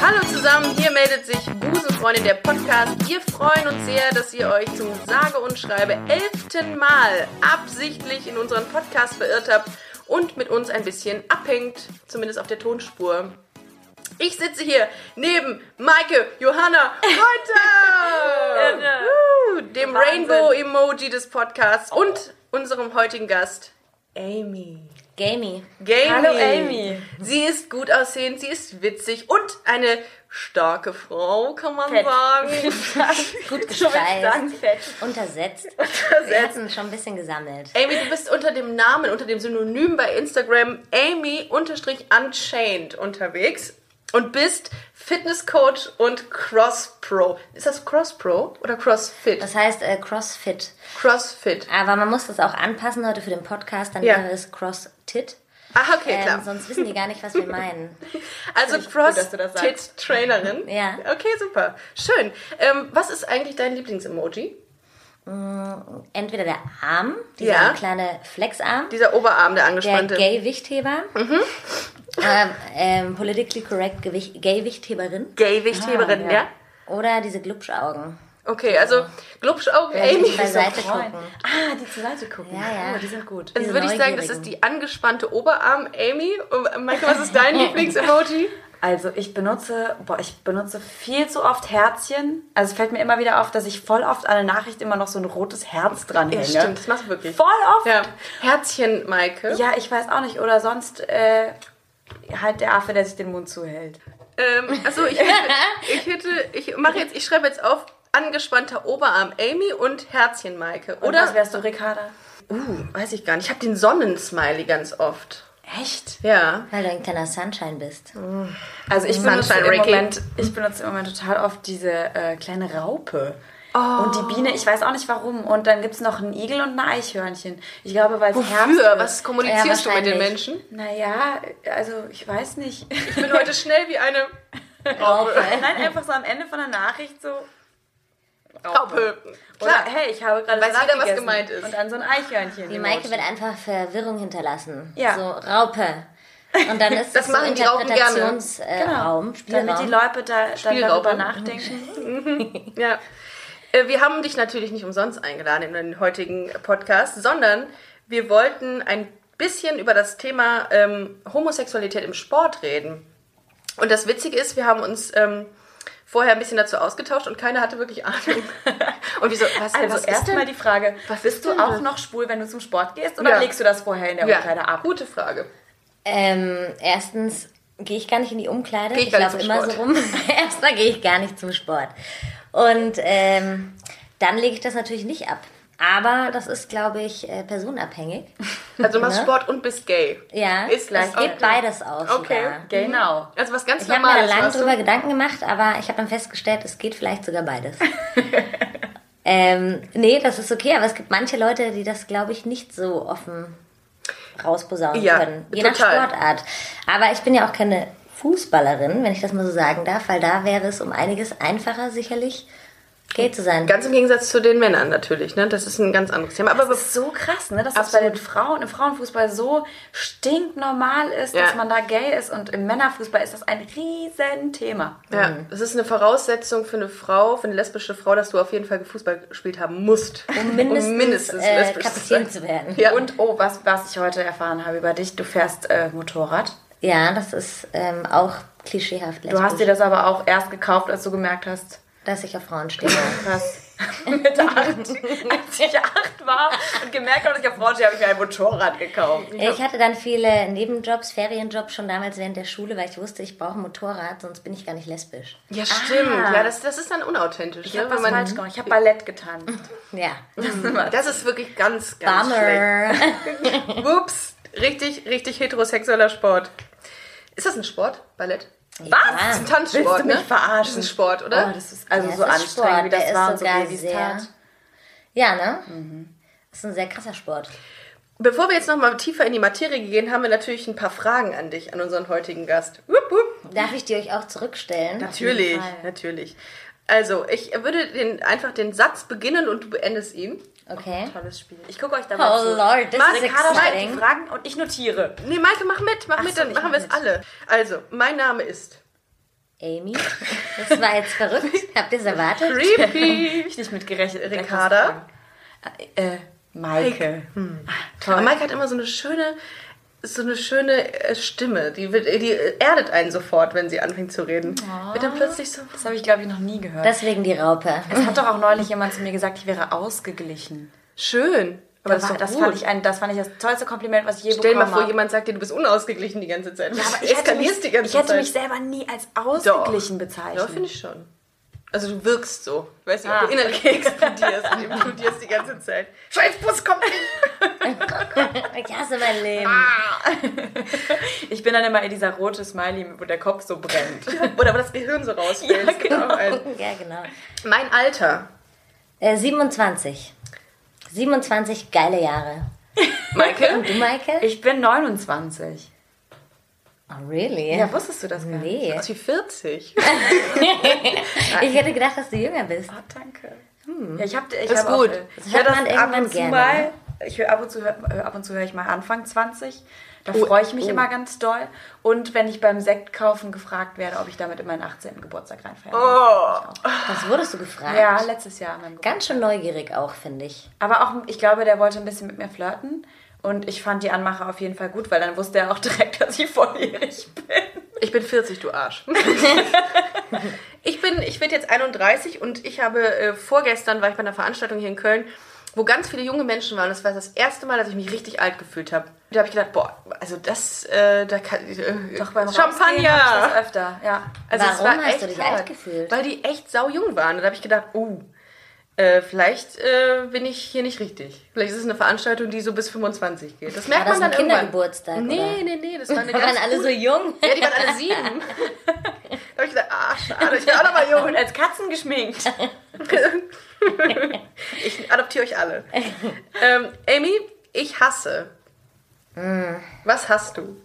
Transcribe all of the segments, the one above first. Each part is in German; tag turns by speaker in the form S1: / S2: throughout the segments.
S1: Hallo zusammen, hier meldet sich Busenfreundin der Podcast. Wir freuen uns sehr, dass ihr euch zum sage und schreibe elften Mal absichtlich in unseren Podcast verirrt habt und mit uns ein bisschen abhängt, zumindest auf der Tonspur. Ich sitze hier neben Maike Johanna Reuter, Wuhu, dem
S2: Wahnsinn.
S1: Rainbow-Emoji des Podcasts und unserem heutigen Gast Amy.
S2: Gamey.
S1: Gamey.
S2: Hallo, Amy.
S1: Sie ist gut aussehend, sie ist witzig und eine starke Frau, kann man
S2: Fett.
S1: sagen.
S2: Gut
S3: Schon will ich sagen,
S2: gespeist.
S3: fett.
S2: Untersetzt. Untersetzt. Schon ein bisschen gesammelt.
S1: Amy, du bist unter dem Namen, unter dem Synonym bei Instagram Amy-Unchained unterwegs und bist Fitnesscoach und Cross-Pro. Ist das Cross-Pro oder Crossfit?
S2: Das heißt äh, Crossfit.
S1: Crossfit.
S2: Aber man muss das auch anpassen heute für den Podcast. Dann
S1: Ja.
S2: wäre es Cross-Tit.
S1: Ah, okay,
S2: Ähm,
S1: klar.
S2: sonst wissen die gar nicht, was wir meinen.
S1: Also
S3: dass du das sagst.
S1: Cross-Tit-Trainerin.
S2: Ja.
S1: Okay, super. Schön. Ähm, was ist eigentlich dein Lieblings-Emoji?
S2: Entweder der Arm, dieser
S1: Ja.
S2: kleine Flexarm,
S1: Dieser Oberarm, der
S2: der
S1: angespannte.
S2: Gay-Wichtheber, ähm, ähm, politically correct Gewicht- Gay-Wichtheberin
S1: Gay-Wichtheberin, ja.
S2: oder diese Glubschaugen.
S1: Okay, also Glubschaugen,
S2: die
S1: Amy.
S2: sich beiseite
S3: freuen.
S2: gucken.
S3: Ah, die zur Seite gucken.
S2: Ja, ja.
S3: Oh, die sind gut.
S1: Dann
S2: diese
S1: würde ich sagen, das ist
S2: Neugierigen.
S1: die angespannte Oberarm-Amy. Michael, was ist dein Lieblings-Emoji?
S3: Also ich benutze, boah, ich benutze viel zu oft Herzchen. Also es fällt mir immer wieder auf, dass ich voll oft an der Nachricht immer noch so ein rotes Herz dran hänge.
S1: stimmt, das machst du wirklich.
S3: Voll oft.
S1: Ja.
S3: Ja,
S1: Herzchen, Maike.
S3: ich weiß auch nicht. Oder sonst äh, halt der Affe, der sich den Mund zuhält.
S1: Ähm, also ich hätte, ich hätte, ich mache jetzt, ich schreibe jetzt auf angespannter Oberarm Amy und Herzchen Maike.
S3: Und
S1: Oder?
S3: was wärst du, Ricarda?
S1: uh, weiß ich gar nicht. Ich habe den Sonnensmiley ganz oft.
S3: Echt?
S1: Ja.
S2: Weil du ein kleiner Sunshine bist.
S3: Also ich benutze,
S1: Sunshine
S3: im
S1: Ricky.
S3: Moment, ich benutze im Moment total oft diese äh, kleine Raupe. Und die Biene, ich weiß auch nicht warum. Und dann gibt es noch einen Igel und ein Eichhörnchen. Ich glaube, weil es Herbst
S1: Für,
S3: ist.
S1: was kommunizierst
S2: Ja,
S1: du mit den
S2: wahrscheinlich.
S1: Menschen?
S3: Naja, also ich weiß nicht.
S1: Ich bin heute schnell wie eine
S3: Nein, einfach so am Ende von der Nachricht so.
S1: Raupe.
S3: Oder,
S1: Klar,
S3: hey, ich habe gerade
S1: Weiß
S3: Salat
S1: jeder, was
S3: gegessen.
S1: gemeint ist.
S3: Und dann so ein Eichhörnchen.
S2: Die Maike wird einfach Verwirrung hinterlassen.
S3: Ja.
S2: So Raupe. Und dann ist
S1: Das
S2: das so äh,
S1: machen die Raupen gerne.
S3: Genau.
S2: Interpretationsraum.
S3: damit die Leute da, dann
S1: Spielraube.
S3: darüber nachdenken.
S1: Ja. Äh, Wir haben dich natürlich nicht umsonst eingeladen in den heutigen Podcast, sondern wir wollten ein bisschen über das Thema ähm, Homosexualität im Sport reden. Und das Witzige ist, wir haben uns ähm, vorher ein bisschen dazu ausgetauscht und keiner hatte wirklich Ahnung. Und wieso? Was, was
S3: Also
S1: ist denn?
S3: erstmal die Frage,
S1: Was ist
S3: bist du
S1: denn
S3: auch
S1: das?
S3: noch schwul, wenn du zum Sport gehst? Oder
S1: Ja.
S3: legst du das vorher in der Umkleide
S1: ja,
S3: ab?
S1: gute Frage.
S2: Ähm, erstens gehe ich gar nicht in die Umkleide.
S1: Geh ich
S2: ich
S1: gar nicht
S2: laufe
S1: zum
S2: immer
S1: Sport.
S2: so rum. Erstmal gehe ich gar nicht zum Sport. Und ähm, dann lege ich das natürlich nicht ab. Aber das ist, glaube ich, äh, personenabhängig.
S1: Also du machst
S2: Ne?
S1: Sport und bist gay.
S2: Ja,
S1: Ist
S2: es
S1: gleich.
S2: geht beides aus.
S1: Okay.
S2: Sogar.
S3: Genau.
S1: Also was ganz
S2: Ich habe mir da
S1: Normales.
S2: lange
S1: was du-
S2: drüber Gedanken gemacht, aber ich habe dann festgestellt, es geht vielleicht sogar beides. ähm, nee, das ist okay, aber es gibt manche Leute, die das, glaube ich, nicht so offen rausposaunen
S1: Ja,
S2: können. Je
S1: total.
S2: nach Sportart. Aber ich bin ja auch keine Fußballerin, wenn ich das mal so sagen darf, weil da wäre es um einiges einfacher sicherlich, gay zu sein.
S1: Ganz im Gegensatz zu den Männern natürlich. Ne? Das ist ein ganz anderes Thema. Aber
S3: Das ist so krass, ne? dass das bei den Frauen im Frauenfußball so stinknormal ist,
S1: Ja.
S3: dass man da gay ist. Und im Männerfußball ist das ein Riesenthema.
S1: Ja, es ist eine Voraussetzung für eine Frau, für eine lesbische Frau, dass du auf jeden Fall Fußball gespielt haben musst.
S2: Um mindestens, äh,
S1: lesbisch
S2: Kapitän
S1: sein.
S2: zu werden.
S1: Ja.
S3: Und oh, was, was ich heute erfahren habe über dich, du fährst äh, Motorrad.
S2: Ja, das ist ähm, auch klischeehaft
S3: Du hast dir
S2: lesbisch,
S3: das aber auch erst gekauft, als du gemerkt hast,
S2: dass ich auf Frauen stehe.
S3: krass. Mit acht, als ich acht war und gemerkt habe, dass ich auf Frauen stehe, habe ich mir ein Motorrad gekauft.
S2: Äh, Ich hatte dann viele Nebenjobs, Ferienjobs schon damals während der Schule, weil ich wusste, ich brauche ein Motorrad, sonst bin ich gar nicht lesbisch.
S1: Ja, stimmt.
S3: Ah.
S1: Ja, das, das ist dann unauthentisch.
S3: Ich
S1: ne?
S3: habe
S1: Wenn
S3: was
S1: man-
S3: falsch gemacht. Ich habe Ballett getanzt.
S2: Ja.
S1: Das ist wirklich ganz, ganz
S2: Bummer.
S1: schlecht. Ups. Richtig, richtig heterosexueller Sport. Ist das ein Sport? Ballett? Was? Ein Tanzsport,
S3: Willst du mich
S1: ne?
S3: verarschen?
S1: Das ist ein Sport, oder?
S3: Oh, das ist also
S2: Ja,
S3: so
S2: es ist
S3: anstrengend,
S2: Sport.
S3: wie das
S2: Der
S3: war
S2: ist
S3: und so
S2: sogar
S3: wie es
S2: sehr-
S3: tat.
S2: Ja, ne?
S3: Mhm.
S2: Das ist ein sehr krasser Sport.
S1: Bevor wir jetzt nochmal tiefer in die Materie gehen, haben wir natürlich ein paar Fragen an dich, an unseren heutigen Gast. Wupp, wupp.
S2: Darf ich die euch auch zurückstellen?
S1: Natürlich, natürlich. Also, ich würde den, einfach den Satz beginnen und du beendest ihn.
S2: Okay.
S3: Tolles Spiel. Ich gucke euch da mal
S2: Oh
S3: zu.
S2: Lord, das ist
S3: Meine Kader stellt die
S2: exciting.
S3: Fragen und ich notiere.
S1: Nee, Maike, mach mit, mach
S3: Ach
S1: mit,
S3: so,
S1: dann
S3: ich
S1: machen
S3: mach
S1: wir es
S3: mit.
S1: alle. Also, mein Name ist
S2: Amy, das war jetzt verrückt. Habt ihr es erwartet?
S1: Creepy.
S3: Ich nicht mitgerechnet.
S1: Ricarda?
S3: Äh, äh, Maike.
S1: Aber Maike hat immer so eine schöne, so eine schöne äh, Stimme. Die, wird- die erdet einen sofort, wenn sie anfängt zu reden.
S3: Oh.
S1: Wird dann plötzlich so.
S3: Das habe ich, glaube ich, noch nie gehört.
S2: Deswegen die Raupe.
S3: es hat doch auch neulich jemand zu mir gesagt, ich wäre ausgeglichen.
S1: Schön. Aber das,
S3: das,
S1: ist doch
S3: war, das,
S1: gut.
S3: fand ich ein, das fand ich das tollste Kompliment, was ich je
S1: Stell dir mal
S3: bekommen
S1: vor,
S3: habe.
S1: jemand sagt dir, du bist unausgeglichen die ganze Zeit.
S3: Ja, aber
S1: du
S3: ich hätte, mich,
S1: eskalierst die ganze
S3: ich hätte
S1: Zeit.
S3: mich selber nie als ausgeglichen bezeichnet.
S1: ja, finde ich schon. Also du wirkst so. Ich weiß nicht, ob
S3: Ah.
S1: du innerlich explodierst und implodierst die ganze Zeit. Scheiß Bus kommt nicht.
S3: Oh
S2: Ich hasse mein Leben.
S3: Ah. Ich bin dann immer in dieser rote Smiley, wo der Kopf so brennt.
S1: Oder aber das Gehirn so rausfällt.
S3: Ja, genau.
S2: Ja, genau.
S1: Mein Alter.
S2: Äh, 27. 27 geile Jahre.
S1: Maike?
S2: Du, Maike?
S3: Ich bin 29.
S2: Oh, really?
S3: Ja, wusstest du das gar nicht?
S2: nee.
S1: Aus wie 40.
S2: Ich hätte gedacht, dass du jünger bist.
S3: Ah, danke. Ja, ich habe ich
S1: Ist
S3: hab
S1: gut.
S3: Auch, äh,
S2: Das
S3: ich
S2: hört
S3: hör das
S2: man
S3: ab
S2: irgendwann
S3: und zu
S2: gerne,
S3: mal.
S2: ne?
S3: Ich höre ab und zu hör, äh, ab und zu höre ich mal Anfang 20. Da freue ich mich immer ganz doll. Und wenn ich beim Sekt kaufen gefragt werde, ob ich damit in meinen 18. Geburtstag reinfeiern oh.
S2: Was wurdest du gefragt?
S3: Ja, letztes Jahr an meinem Geburtstag.
S2: Ganz schön neugierig auch, finde ich.
S3: Aber auch, ich glaube, der wollte ein bisschen mit mir flirten. Und ich fand die Anmache auf jeden Fall gut, weil dann wusste er auch direkt, dass ich volljährig bin.
S1: Ich bin 40, du Arsch. ich bin, ich werde jetzt 31 und ich habe äh, vorgestern war ich bei einer Veranstaltung hier in Köln, wo ganz viele junge Menschen waren. Das war das erste Mal, dass ich mich richtig alt gefühlt habe. Da habe ich gedacht, boah, also das, äh, da kann äh,
S3: Rausgehen hab ich
S1: Champagner.
S3: das öfter, ja.
S1: Also es
S2: Warum
S1: war
S2: hast
S1: echt
S2: du dich
S1: hart,
S2: alt gefühlt?
S1: Weil die echt sau jung waren. Und da habe ich gedacht, uh, äh, vielleicht äh, bin ich hier nicht richtig. Vielleicht ist es eine Veranstaltung, die so bis 25 geht. Das merkt
S2: das
S1: man
S2: ein
S1: dann irgendwann.
S2: Kindergeburtstag?
S1: Nee,
S2: oder?
S1: nee, nee, das war eine
S2: Wir waren
S1: ganz
S2: alle so jung.
S1: ja, die waren alle sieben. da habe ich gesagt, ah, schade, ich bin auch noch mal
S3: Und
S1: jung.
S3: als Katzen geschminkt.
S1: Ich adoptiere euch alle. Ähm, Amy, ich hasse.
S2: Mm.
S1: Was hast du?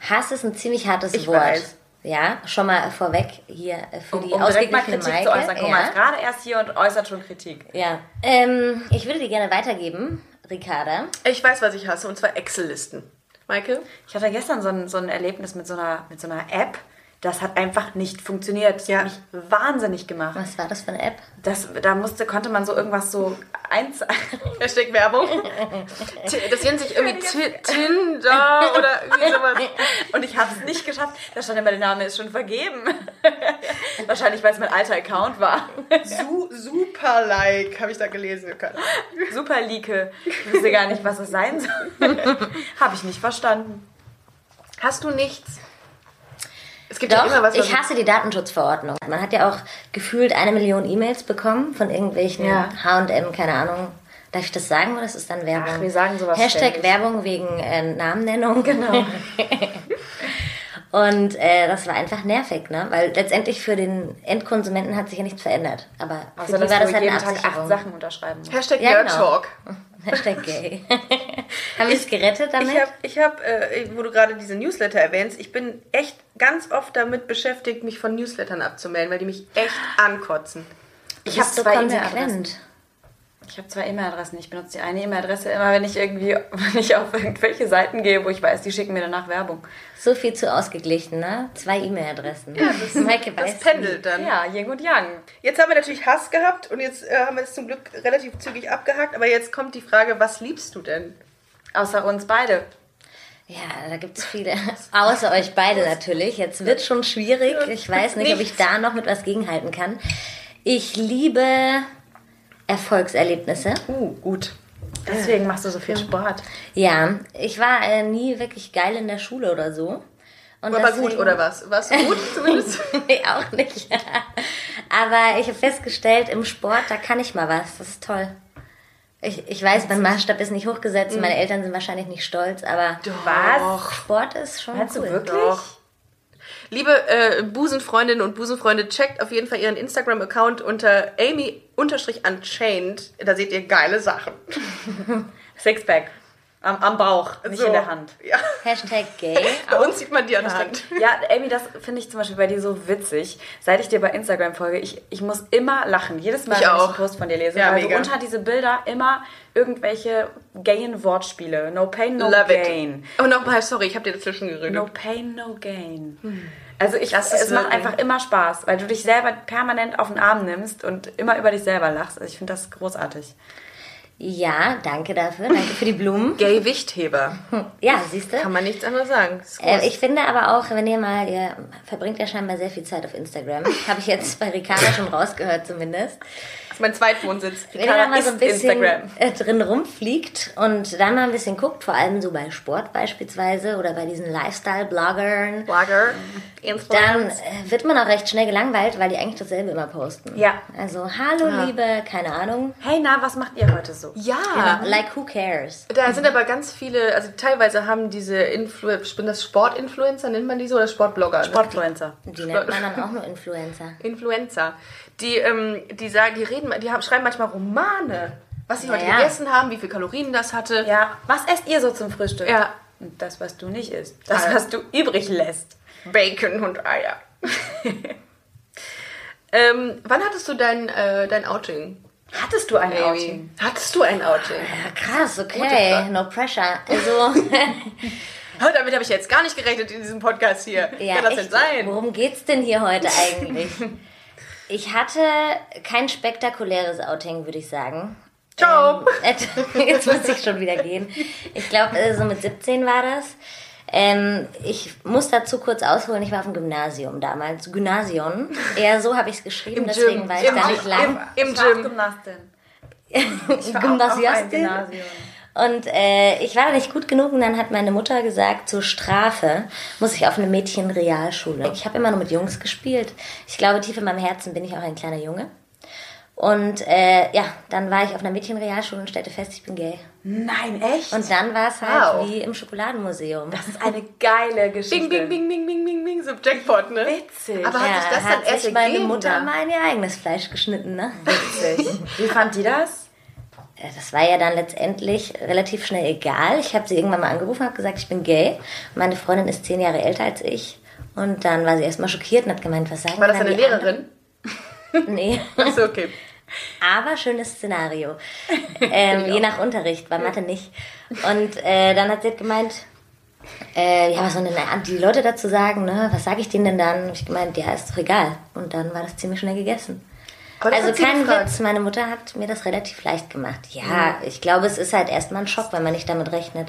S2: Hass ist ein ziemlich hartes
S1: Ich
S2: Wort.
S1: weiß.
S2: Ja, schon mal vorweg hier äh, für
S3: Um,
S2: die
S3: um direkt mal
S2: ausgeglichene
S3: Kritik
S2: Maike.
S3: zu äußern. Guck mal,
S2: ja.
S3: ist gerade erst hier und äußert schon Kritik.
S2: Ja. Ähm, ich würde dir gerne weitergeben, Ricarda.
S1: Ich weiß, was ich hasse, und zwar Excel-Listen. Maike?
S3: Ich hatte gestern so ein, so ein Erlebnis mit so, einer, mit so einer App. Das hat einfach nicht funktioniert. Das
S1: Ja.
S3: hat mich wahnsinnig gemacht.
S2: Was war das für eine App?
S3: Das, da musste, konnte man so irgendwas so eins.
S1: Hashtag Werbung. T- Das nennt sich irgendwie T Tinder oder irgendwie sowas.
S3: Und ich habe es nicht geschafft. Da stand immer, der Name ist schon vergeben. Wahrscheinlich, weil es mein alter Account war.
S1: Su super like, habe ich da gelesen.
S3: Super Leake. Ich wusste gar nicht, was das sein soll. habe ich nicht verstanden.
S1: Hast du nichts? Es gibt ja
S2: Doch,
S1: immer was,
S2: ich hasse die Datenschutzverordnung. Man hat ja auch gefühlt eine Million E-Mails bekommen von irgendwelchen
S3: Ja.
S2: H&M, keine Ahnung. Darf ich das sagen oder ist es dann Werbung?
S3: Ach, wir sagen sowas
S2: Hashtag
S3: ständig.
S2: Werbung wegen äh, Namennennung. Genau. Und äh, das war einfach nervig, ne? Weil letztendlich für den Endkonsumenten hat sich ja nichts verändert. Aber für
S3: Außer,
S2: die
S3: dass
S2: war das
S3: du
S2: halt
S3: jeden
S2: eine
S3: Tag acht
S2: Absicherung.
S3: Sachen unterschreiben musst.
S1: Hashtag
S2: Ja,
S1: Girl
S2: genau.
S1: Talk.
S2: Hashtag gay. Haben wir es gerettet damit?
S1: Ich habe, ich hab, äh, wo du gerade diese Newsletter erwähnst, ich bin echt ganz oft damit beschäftigt, mich von Newslettern abzumelden, weil die mich echt ankotzen.
S3: Ich
S2: Du
S3: habe
S2: bist so
S3: zwei E-Mail-Adressen.
S2: konsequent.
S3: Ich habe zwei E-Mail-Adressen. Ich benutze die eine E-Mail-Adresse immer, wenn ich irgendwie, wenn ich auf irgendwelche Seiten gehe, wo ich weiß, die schicken mir danach Werbung.
S2: So viel zu ausgeglichen, ne? Zwei E-Mail-Adressen. Ja, das,
S1: Das pendelt dann.
S3: Ja, Yin und Yang.
S1: Jetzt haben wir natürlich Hass gehabt und jetzt äh, haben wir es zum Glück relativ zügig abgehakt, aber jetzt kommt die Frage, was liebst du denn?
S3: Außer uns beide.
S2: Ja, da gibt's viele. Außer euch beide natürlich. Jetzt wird schon schwierig. Ich weiß nicht, ob ich da noch mit was gegenhalten kann. Ich liebe Erfolgserlebnisse.
S1: Uh, gut.
S3: Deswegen machst du so viel Sport.
S2: Ja, ich war äh, nie wirklich geil in der Schule oder so. Und
S1: Aber
S2: deswegen-
S1: gut, oder was? Warst du gut zumindest?
S2: nee, auch nicht. Aber ich habe festgestellt, im Sport, da kann ich mal was. Das ist toll. Ich, ich weiß, mein Maßstab ist nicht hochgesetzt, meine Eltern sind wahrscheinlich nicht stolz, aber
S1: Mhm. Doch.
S2: Sport ist schon
S3: Meinst
S2: cool.
S3: du wirklich?
S1: Doch. Liebe äh, Busenfreundinnen und Busenfreunde, checkt auf jeden Fall ihren Instagram-Account unter Amy-Unchained. Da seht ihr geile Sachen.
S3: Sixpack. Am, am Bauch, nicht
S1: So.
S3: in der Hand.
S1: Ja.
S2: Hashtag gay.
S1: Bei uns sieht man die an der Hand.
S3: Ja, Amy, das finde ich zum Beispiel bei dir so witzig. Seit ich dir bei Instagram folge, ich, ich muss immer lachen. Jedes Mal,
S1: Ich
S3: wenn ich einen
S1: auch.
S3: Post von dir lese,
S1: Ja,
S3: weil
S1: mega.
S3: du unter diese Bilder immer irgendwelche gayen Wortspiele. No pain, no
S1: Love
S3: gain.
S1: it. Und nochmal, sorry, ich habe dir dazwischen geredet.
S3: No pain, no gain. Also ich,
S1: Das
S3: es
S1: ist
S3: macht
S1: wirklich-
S3: einfach immer Spaß, weil du dich selber permanent auf den Arm nimmst und immer über dich selber lachst. Also ich finde das großartig.
S2: Ja, danke dafür. Danke für die Blumen.
S1: Gay Wichtheber.
S2: Ja, siehst du?
S1: Kann man nichts anderes sagen. Ist groß.
S2: Äh, ich finde aber auch, wenn ihr mal, ihr verbringt ja scheinbar sehr viel Zeit auf Instagram. Habe ich jetzt bei Ricarda schon rausgehört zumindest.
S1: das ist mein Zweitwohnsitz.
S2: Wenn ihr da mal so ein
S1: ist
S2: bisschen
S1: Instagram.
S2: äh, drin rumfliegt und dann mal ein bisschen guckt, vor allem so bei Sport beispielsweise oder bei diesen Lifestyle-Bloggern,
S1: Blogger.
S2: dann äh, wird man auch recht schnell gelangweilt, weil die eigentlich dasselbe immer posten.
S3: Ja.
S2: Also, hallo Liebe, keine Ahnung.
S3: Hey, na, was macht ihr heute so?
S1: Ja.
S2: Like, who cares?
S1: Da sind aber ganz viele, also teilweise haben diese Influencer, sind das Sportinfluencer, nennt man die so, oder Sportblogger? ne?
S3: Sportfluencer.
S2: Die nennt man dann auch nur Influencer.
S1: Influencer. Die, ähm, die sagen, die reden, die haben, schreiben manchmal Romane, was sie heute
S2: Ja.
S1: gegessen haben, wie viel Kalorien das hatte.
S3: Ja, was esst ihr so zum Frühstück?
S1: Ja.
S3: Und Das, was du nicht isst. Das,
S1: Ah.
S3: was du übrig lässt.
S1: Bacon und Eier. ähm, wann hattest du dein, äh, dein Outing?
S3: Hattest du ein Outing?
S1: Hattest du ein Outing?
S2: Ja, krass,
S1: Frage.
S2: okay. No pressure. Also,
S1: Hör, Oh, damit habe ich jetzt gar nicht gerechnet in diesem Podcast hier.
S2: Ja,
S1: Kann das
S2: echt? Ähm,
S1: denn sein?
S2: Worum geht's denn hier heute eigentlich? ich hatte kein spektakuläres Outing, würde ich sagen.
S1: Ciao.
S2: Ähm, äh, jetzt muss ich schon wieder gehen. Ich glaube, äh, so mit 17 war das. Ähm, ich muss dazu kurz ausholen, ich war auf dem Gymnasium damals. Gymnasion. Eher so habe ich es geschrieben,
S1: Im
S2: deswegen
S1: Gym.
S2: war ich
S1: Im
S2: da
S1: Gym.
S2: nicht lang.
S1: Im
S3: ich war auch
S1: Gym.
S3: Gymnastin. Ich war auch auf einem
S2: Gymnasiastin.
S3: Gymnasium.
S2: Und äh, ich war da nicht gut genug und dann hat meine Mutter gesagt, zur Strafe muss ich auf eine Mädchenrealschule. Ich habe immer nur mit Jungs gespielt. Ich glaube, tief in meinem Herzen bin ich auch ein kleiner Junge. Und äh, ja, dann war ich auf einer Mädchenrealschule und stellte fest, ich bin gay.
S3: Nein, echt?
S2: Und dann war es halt
S1: Wow.
S2: wie im Schokoladenmuseum.
S3: das ist eine geile Geschichte.
S1: Bing, bing, bing, bing, bing, bing, bing, so Jackpot, ne?
S3: Witzig.
S1: Aber hat sich das dann
S2: hat
S1: erst
S2: sich meine
S1: ergeben,
S2: Mutter
S1: oder?
S2: mal in ihr eigenes Fleisch geschnitten, ne?
S3: Witzig. Wie fand die das?
S2: Äh, das war ja dann letztendlich relativ schnell egal. Ich habe sie irgendwann mal angerufen und habe gesagt, ich bin gay. Meine Freundin ist zehn Jahre älter als ich. Und dann war sie erstmal schockiert und hat gemeint, was sagen
S1: War das
S2: dann
S1: deine
S2: die anderen?
S1: Lehrerin?
S2: Nee.
S1: Achso, okay.
S2: Aber schönes Szenario. Ähm, je nach Unterricht, bei Mathe nicht. Und äh, dann hat sie halt gemeint, äh, ja, was sollen denn die Leute dazu sagen, ne? Was sage ich denen denn dann? Hab ich gemeint, ja, ist doch egal. Und dann war das ziemlich schnell gegessen.
S1: Aber das
S2: Also
S1: hat sie
S2: kein
S1: gefragt.
S2: Witz, meine Mutter hat mir das relativ leicht gemacht. Ja, ich glaube, es ist halt erstmal ein Schock, wenn man nicht damit rechnet.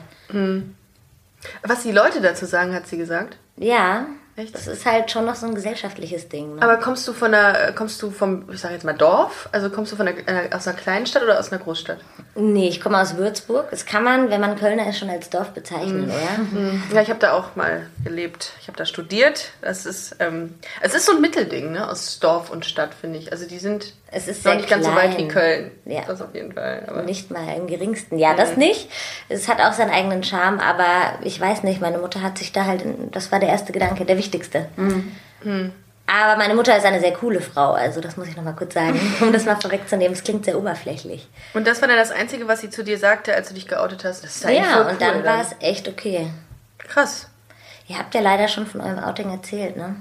S1: Was die Leute dazu sagen, hat sie gesagt.
S2: Ja,
S1: Echt?
S2: das ist halt schon noch so ein gesellschaftliches Ding. Ne?
S1: Aber kommst du von einer, kommst du vom, ich sag jetzt mal Dorf? Also kommst du von einer, einer, aus einer Kleinstadt oder aus einer Großstadt?
S2: Nee, ich komme aus Würzburg. Das kann man, wenn man Kölner ist, schon als Dorf bezeichnen, oder?
S1: Ja, ich habe da auch mal gelebt. Ich habe da studiert. Das ist, ähm, es ist so ein Mittelding, ne? Aus Dorf und Stadt, finde ich. Also die sind
S2: Es ist
S1: noch
S2: sehr
S1: nicht ganz so weit wie
S2: klein.
S1: Köln.
S2: Ja.
S1: Das auf jeden Fall. Aber
S2: Nicht mal im geringsten. Ja, das nicht. Es hat auch seinen eigenen Charme, aber ich weiß nicht, meine Mutter hat sich da halt, in, das war der erste Gedanke, der wichtigste. Aber meine Mutter ist eine sehr coole Frau, also das muss ich nochmal kurz sagen, um das mal vorwegzunehmen. Es klingt sehr oberflächlich.
S1: Und das war dann das Einzige, was sie zu dir sagte, als du dich geoutet hast. Das ist eigentlich
S2: ja,
S1: voll
S2: und dann
S1: cool, ne?
S2: war es echt okay.
S1: Krass.
S2: Ihr habt ja leider schon von eurem Outing erzählt, ne?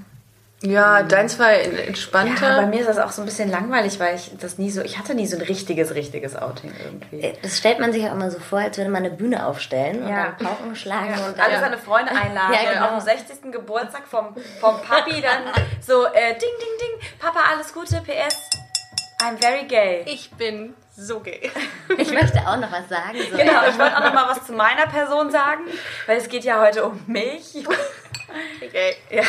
S1: Ja,
S2: Mhm.
S1: deins war en-
S3: Ja,
S1: entspannter.
S3: bei mir ist das auch so ein bisschen langweilig, weil ich das nie so, ich hatte nie so ein richtiges, richtiges Outing irgendwie.
S2: Das stellt man sich auch immer so vor, als würde man eine Bühne aufstellen und
S3: Ja.
S2: dann Pauken schlagen und
S3: alle
S2: dann
S3: seine Freunde einladen. ne?
S2: Ja, genau.
S3: Auf dem 60. Geburtstag vom, vom Papi dann so äh, Ding, Ding, Ding. Papa, alles Gute. PS, I'm very gay.
S1: ich bin so gay.
S2: ich möchte auch noch was sagen. So.
S3: Genau, ich wollte auch noch mal was zu meiner Person sagen, weil es geht ja heute um mich.
S1: Okay.
S3: Ja.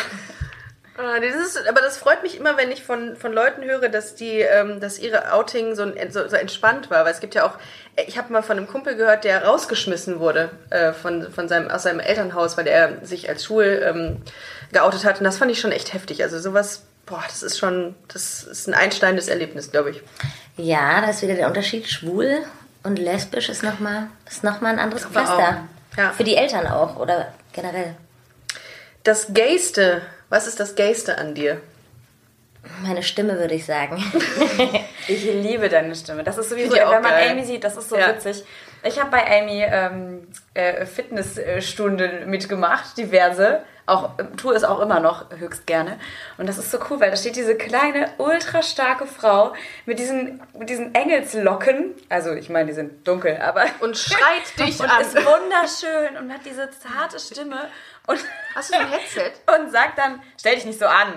S1: Ah, Das ist, aber das freut mich immer, wenn ich von, von Leuten höre, dass die, ähm, dass ihre Outing so, ein, so, so entspannt war. Weil es gibt ja auch, ich habe mal von einem Kumpel gehört, der rausgeschmissen wurde äh, von, von seinem, aus seinem Elternhaus, weil er sich als schwul ähm, geoutet hat. Und das fand ich schon echt heftig. Also sowas, boah, das ist schon, das ist ein einsteinendes Erlebnis, glaube ich.
S2: Ja, da ist wieder der Unterschied. Schwul und lesbisch ist nochmal noch mal ein anderes
S1: Aber
S2: Pflaster.
S1: auch, ja.
S2: Für die Eltern auch oder generell.
S1: Das Gayste, Was ist das Gayste an dir?
S2: Meine Stimme würde ich sagen.
S3: Ich liebe deine Stimme. Das ist sowieso,
S1: Find ich auch
S3: wenn man
S1: geil.
S3: Amy sieht, das ist so
S1: Ja.
S3: witzig. Ich habe bei Amy ähm, äh, Fitnessstunden mitgemacht, diverse. Auch, äh, tue es auch immer noch höchst gerne. Und das ist so cool, weil da steht diese kleine, ultra starke Frau mit diesen, mit diesen Engelslocken. Also, ich meine, die sind dunkel, aber.
S1: Und schreit dich
S3: und
S1: an.
S3: ist wunderschön und hat diese zarte Stimme und,
S1: Hast du ein Headset?
S3: und sagt dann, stell dich nicht so an.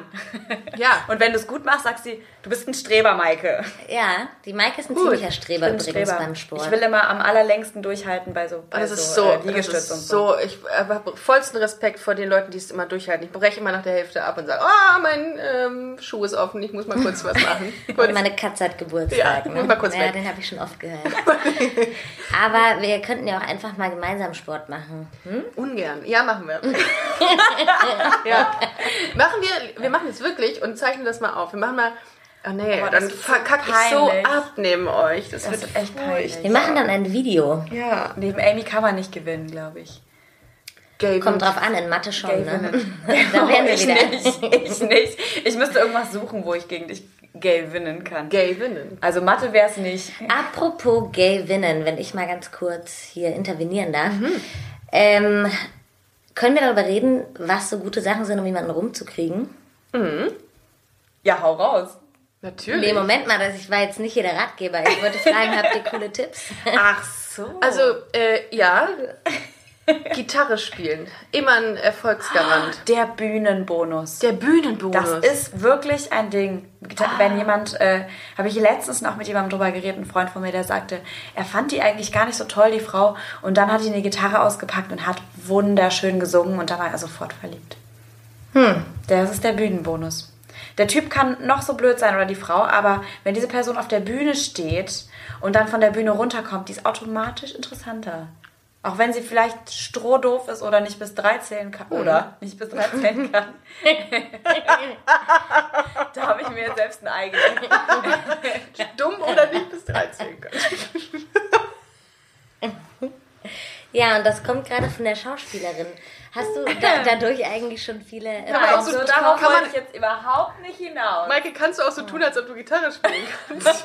S1: Ja.
S3: Und wenn du es gut machst, sagt sie, du bist ein Streber, Maike.
S2: Ja, die Maike ist ein
S1: Gut.
S2: ziemlicher Streber
S3: Ein
S2: übrigens beim Sport.
S3: Ich will immer am allerlängsten durchhalten bei so, bei
S1: Das Also
S3: so,
S1: ist
S3: äh,
S1: so, das
S3: Liegestütz
S1: ist
S3: und so.
S1: so. Ich habe vollsten Respekt vor den Leuten, die es immer durchhalten. Ich breche immer nach der Hälfte ab und sage, ah, mein ähm, Schuh ist offen, ich muss mal kurz was machen.
S2: Und
S1: Kurz.
S2: meine Katze hat Geburtstag.
S1: Ja,
S2: ne?
S1: mal kurz
S2: ja
S1: weg.
S2: den habe ich schon oft gehört. Aber wir könnten ja auch einfach mal gemeinsam Sport machen.
S1: Ungern. Ja, machen wir. ja. Machen wir, wir machen es wirklich und zeichnen das mal auf. Wir machen mal, oh nee,
S3: Aber das
S1: dann
S3: ist
S1: verkack ich so
S3: peinlich.
S1: ab neben euch. Das,
S3: Das
S1: wird
S3: ist echt
S2: Wir
S3: peinlich.
S2: machen dann ein Video.
S1: Ja.
S3: Neben Amy kann man nicht gewinnen, glaube ich.
S1: Gay
S2: Kommt drauf an, in Mathe schon. Ne?
S3: winnen.
S2: Da wären wir
S3: ich
S2: wieder.
S3: nicht, ich nicht. Ich müsste irgendwas suchen, wo ich gegen dich gay winnen kann.
S1: Gay winnen.
S3: Also Mathe wäre es nicht.
S2: Apropos Gay Winnen, wenn ich mal ganz kurz hier intervenieren darf.
S1: Mhm.
S2: Ähm, können wir darüber reden, was so gute Sachen sind, um jemanden rumzukriegen?
S3: Ja, hau raus.
S1: Natürlich.
S2: Nee, Moment mal, das- ich war jetzt nicht hier der Ratgeber. Ich wollte fragen, habt ihr coole Tipps?
S3: Ach so.
S1: Also, äh, ja. Gitarre spielen. Immer ein Erfolgsgarant.
S3: der Bühnenbonus.
S1: Der Bühnenbonus.
S3: Das ist wirklich ein Ding. Da- Wenn jemand, äh, habe ich letztens noch mit jemandem drüber geredet, ein Freund von mir, der sagte, er fand die eigentlich gar nicht so toll, die Frau. Und dann hat die eine Gitarre ausgepackt und hat wunderschön gesungen und da war er sofort verliebt. Das ist der Bühnenbonus. Der Typ kann noch so blöd sein oder die Frau, aber wenn diese Person auf der Bühne steht und dann von der Bühne runterkommt, die ist automatisch interessanter. Auch wenn sie vielleicht strohdoof ist oder nicht bis drei zählen kann. Oder nicht bis drei zählen kann. Da habe ich mir jetzt selbst ein Ei gelegt.
S1: dumm oder nicht bis 13.
S2: Ja, und das kommt gerade von der Schauspielerin. Hast du da, dadurch eigentlich schon viele.
S1: aber auch so
S3: so,
S1: drauf
S3: darauf
S1: kann man-
S3: wollte ich jetzt überhaupt nicht hinaus.
S1: Maike, kannst du auch so tun, als ob du Gitarre spielen kannst?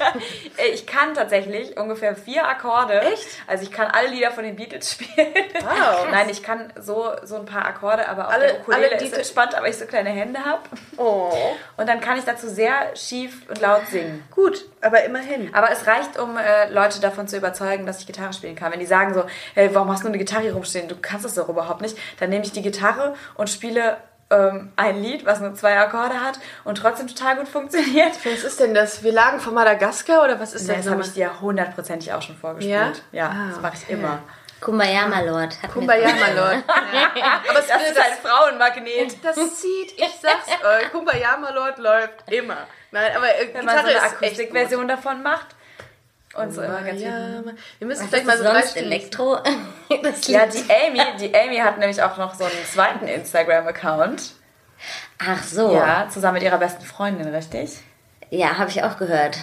S3: Äh, Ich kann tatsächlich ungefähr vier Akkorde. Echt? Also ich kann alle Lieder von den Beatles spielen.
S1: Wow.
S3: Nein, ich kann so, so ein paar Akkorde, aber auch
S1: Alle-
S3: der Ukulele
S1: alle
S3: ist
S1: Lieder-
S3: entspannt, aber ich so kleine Hände habe.
S1: Oh.
S3: Und dann kann ich dazu sehr schief und laut singen.
S1: Gut, aber immerhin.
S3: Aber es reicht, um äh, Leute davon zu überzeugen, dass ich Gitarre spielen kann. Wenn die sagen so, hey, warum hast du eine Gitarre hier rumstehen? Du kannst das doch überhaupt nicht. Dann nehme ich die Gitarre und spiele ähm, ein Lied, was nur zwei Akkorde hat und trotzdem total gut funktioniert.
S1: Was ist denn das? Wir lagen vor Madagaskar oder was ist
S3: Das, das habe
S1: nochmal?
S3: ich dir hundertprozentig auch schon vorgespielt.
S1: Ja?
S3: Ja,
S1: Ah,
S3: das mache ich immer.
S2: Kumbaya, my Lord. Hat mir-
S1: Kumbaya, my lord. halt- Aber es
S3: Das
S1: wird
S3: ist ein Frauenmagnet.
S1: das, das zieht, ich sag's euch. Kumbaya, my lord läuft immer. Nein, aber äh,
S3: Wenn man so
S1: Gitarre
S3: eine
S1: ist echt gut.
S3: Akustikversion davon macht. Und so immer ganz
S1: Ja, man- wir müssen
S2: Was
S1: vielleicht
S2: ist
S1: mal so drei
S2: sonst
S1: Stunden-
S2: Elektro? Das
S3: Ja,
S2: Lied.
S3: die Amy, die Amy hat nämlich auch noch so einen zweiten Instagram-Account.
S2: Ach so. Ja,
S3: Ja, zusammen mit ihrer besten Freundin, richtig?
S2: habe ich auch gehört.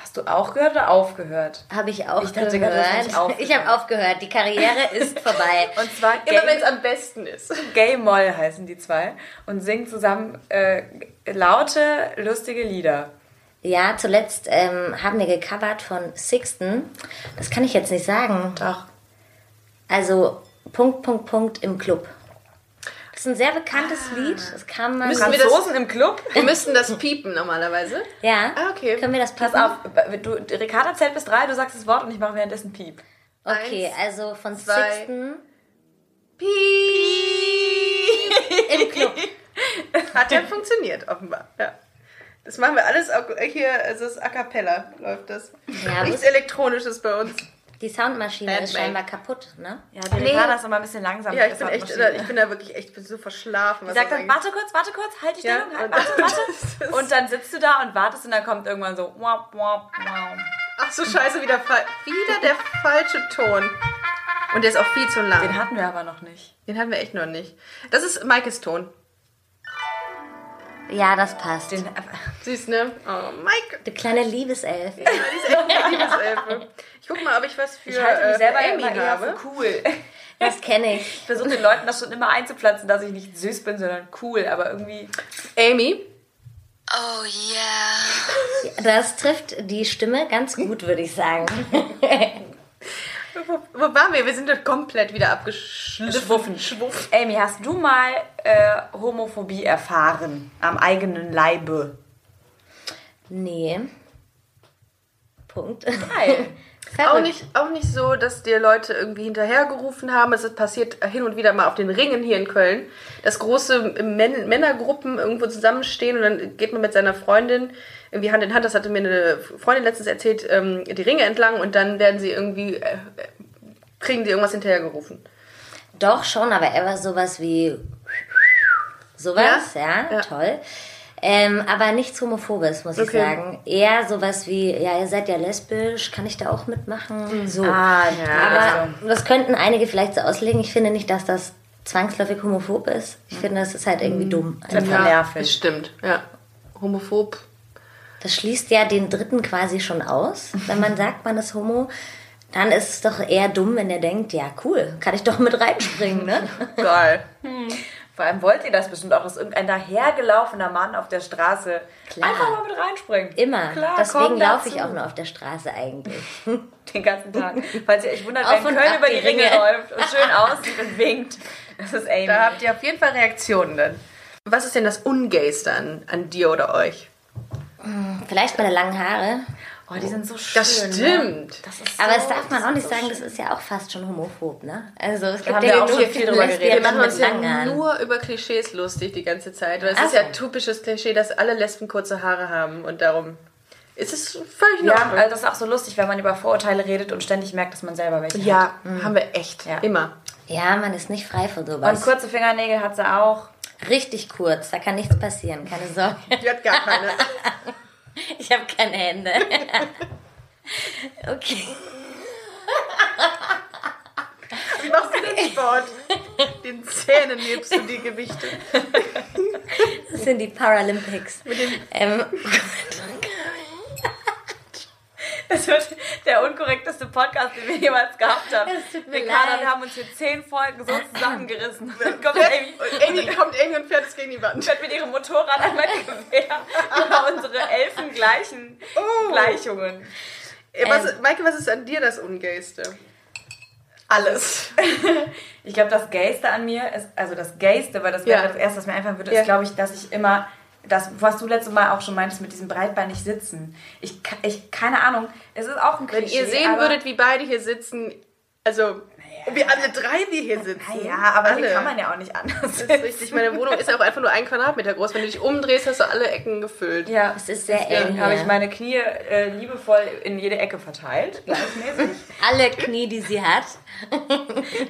S3: Hast du auch gehört oder aufgehört?
S2: Habe ich auch
S3: Ich dachte gerade, das
S2: gehört.
S3: hab ich aufgehört.
S2: ich habe aufgehört. Die Karriere ist vorbei.
S3: Und zwar
S1: Immer wenn es
S3: Gay,
S1: am besten ist.
S3: Gay Moll heißen die zwei und singen zusammen äh, laute, lustige Lieder.
S2: Ja, zuletzt ähm, haben wir gecovert von Sixten. Das kann ich jetzt nicht sagen.
S3: Doch.
S2: Also Punkt, Punkt, Punkt im Club. Das ist ein sehr bekanntes Lied. Das kam mal.
S1: Müssen wir das-
S3: Franzosen im Club?
S1: Wir müssen das piepen normalerweise.
S2: ja.
S1: Ah, okay.
S2: Können wir das
S3: Pass
S2: piepen?
S3: auf, du, Ricarda zählt bis drei, du sagst das Wort und ich mache währenddessen Piep.
S2: Okay,
S1: Eins,
S2: also von
S1: zwei.
S2: Sixten
S1: Piep.
S2: im Club.
S1: Hat ja funktioniert, offenbar. Ja. Das machen wir alles au- hier, also es ist a cappella, läuft das. Nichts
S2: Ja, Nichts
S1: Elektronisches bei uns.
S2: Die Soundmaschine ist
S1: Handmade.
S2: scheinbar kaputt, ne?
S3: Ja, die
S1: Nee.
S3: Ricarda ist immer ein bisschen langsam.
S1: Ja,
S3: mit
S1: ich bin,
S3: der
S1: echt,
S3: Soundmaschine.
S1: ich bin da wirklich echt so verschlafen. Was
S3: Die sagt
S1: das
S3: dann,
S1: angeht.
S3: warte kurz, warte kurz, halt die
S1: Ja,
S3: Stellung,
S1: und-
S3: halt, warte, warte. Und dann sitzt du da und wartest und dann kommt irgendwann so, wap, wap, wap.
S1: Ach so, scheiße, wieder, fa- wieder der falsche Ton. Und der ist auch viel zu lang.
S3: Den
S1: Den,
S3: hatten wir aber noch nicht.
S1: hatten wir echt noch nicht. Das ist Maikes Ton.
S2: Ja, das passt.
S3: Den,
S1: Süß, ne? Oh, Mike.
S2: Die kleine Liebeself.
S1: Die ist echt eine Liebeselfe. Ich guck mal, ob ich was für,
S3: ich halte
S1: äh,
S3: mich
S1: für
S3: selber
S1: Amy
S3: immer eher
S1: habe.
S3: für cool.
S2: Das kenne ich.
S3: Ich versuche den Leuten das schon immer einzupflanzen, dass ich nicht süß bin, sondern cool. Aber irgendwie
S1: Amy?
S4: Oh yeah.
S2: Das trifft die Stimme ganz gut, würde ich sagen.
S1: Wo, wo waren wir? Wir sind dort komplett wieder abgeschliffen. Schwuff.
S3: Amy, hast du mal äh, Homophobie erfahren am eigenen Leibe?
S2: Nee. Punkt.
S3: Nein.
S1: Auch nicht, auch nicht so, dass dir Leute irgendwie hinterhergerufen haben. Es ist passiert hin und wieder mal auf den Ringen hier in Köln, dass große Män Männergruppen irgendwo zusammenstehen und dann geht man mit seiner Freundin irgendwie Hand in Hand. Das hatte mir eine Freundin letztens erzählt, ähm, die Ringe entlang und dann werden sie irgendwie, äh, äh, kriegen die irgendwas hinterhergerufen.
S2: Doch schon, aber er war sowas wie sowas, ja,
S1: Ja.
S2: toll. Ähm, aber nichts Homophobes, muss ich
S1: Okay.
S2: sagen. Eher sowas wie, ja, ihr seid ja lesbisch, kann ich da auch mitmachen? Mhm. So. Ah, also.
S3: Aber-
S2: aber das könnten einige vielleicht so auslegen. Ich finde nicht, dass das zwangsläufig homophob ist. Ich finde, das ist halt irgendwie dumm.
S3: Das war
S1: das
S3: nervig.
S1: stimmt. Ja. Homophob.
S2: Das schließt ja den Dritten quasi schon aus. Wenn man sagt, man ist homo, dann ist es doch eher dumm, wenn der denkt, ja, cool, kann ich doch mit reinspringen, ne?
S3: Geil. Hm. Vor allem wollt ihr das bestimmt auch, dass irgendein dahergelaufener Mann auf der Straße
S2: Klar.
S3: einfach mal mit reinspringt.
S2: Immer.
S3: Klar, komm
S2: Deswegen laufe ich
S3: dazu.
S2: auch nur auf der Straße eigentlich.
S3: Den ganzen Tag. Falls ihr euch wundert,
S2: Auf
S3: wenn
S2: und
S3: Köln
S2: ab
S3: über die
S2: die
S3: Ringe
S2: Ringe.
S3: läuft und schön aussieht und winkt. Das ist Amy.
S1: Da habt ihr auf jeden Fall Reaktionen dann. Was ist denn das Ungayste an, an dir oder euch?
S2: Vielleicht meine langen Haare.
S3: oh, die sind so schön.
S1: Das
S3: Ne?
S1: stimmt.
S3: Das ist
S2: Aber
S3: so-
S2: das darf man
S3: das
S2: auch
S3: ist
S2: nicht
S3: so
S2: sagen,
S3: schön.
S2: das ist ja auch fast schon homophob, ne? Also es
S3: haben
S2: gibt
S3: wir
S2: ja
S3: auch
S2: genug
S3: schon viel drüber geredet.
S1: Wir
S2: Lesbierinnen
S1: machen uns
S2: mit
S1: ja
S2: langen Haaren.
S1: nur über Klischees lustig die ganze Zeit. Weil es
S2: Ach
S1: ist ja
S2: so.
S1: typisches Klischee, dass alle Lesben kurze Haare haben und darum ist es völlig in
S3: Ja,
S1: Ordnung.
S3: also das ist auch so lustig, wenn man über Vorurteile redet und ständig merkt, dass man selber welche hat.
S1: Mhm. Ja, haben wir echt.
S3: Ja.
S1: Immer.
S2: Ja, man ist nicht frei von
S3: Und
S2: sowas.
S3: kurze Fingernägel hat sie auch.
S2: Richtig kurz, da kann nichts passieren, keine Sorge.
S1: Die hat gar keine.
S2: Ich habe keine Hände. Okay.
S1: Wie machst du den Sport? Den Zähnen hebst du die Gewichte.
S2: Das sind die Paralympics. Ähm,
S3: Das wird der unkorrekteste Podcast, den wir jemals gehabt haben.
S2: Es tut mir
S3: wir kadern,
S2: leid.
S3: haben uns hier zehn Folgen so zusammengerissen. Dann kommt Amy
S1: Und Amy kommt Amy und fährt es gegen die Wand.
S3: fährt mit ihrem Motorrad einmal quer über unsere elfengleichen Gleichungen.
S1: Äh, Was, Maike, was ist an dir das Ungayste? Alles.
S3: Ich glaube, das Gayste an mir ist, also das Gayste, weil das wäre
S1: Ja.
S3: das Erste, was mir einfallen würde,
S1: Ja.
S3: ist, glaube ich, dass ich immer, das, was du letztes Mal auch schon meintest, mit diesem breitbeinig sitzen. Ich, ka- ich keine Ahnung, es ist auch ein
S1: Wenn
S3: Klischee.
S1: ihr sehen
S3: aber-
S1: würdet, wie beide hier sitzen, also wir alle drei, die hier sitzen.
S3: Ja, aber
S1: alle.
S3: den kann man ja auch nicht anders.
S1: Das ist richtig. Meine Wohnung ist auch einfach nur ein Quadratmeter groß. Wenn du dich umdrehst, hast du alle Ecken gefüllt.
S3: Ja,
S2: es ist sehr eng.
S3: Deswegen habe ich
S2: hier.
S3: meine Knie äh, liebevoll in jede Ecke verteilt, gleichmäßig.
S2: Alle Knie, die sie hat.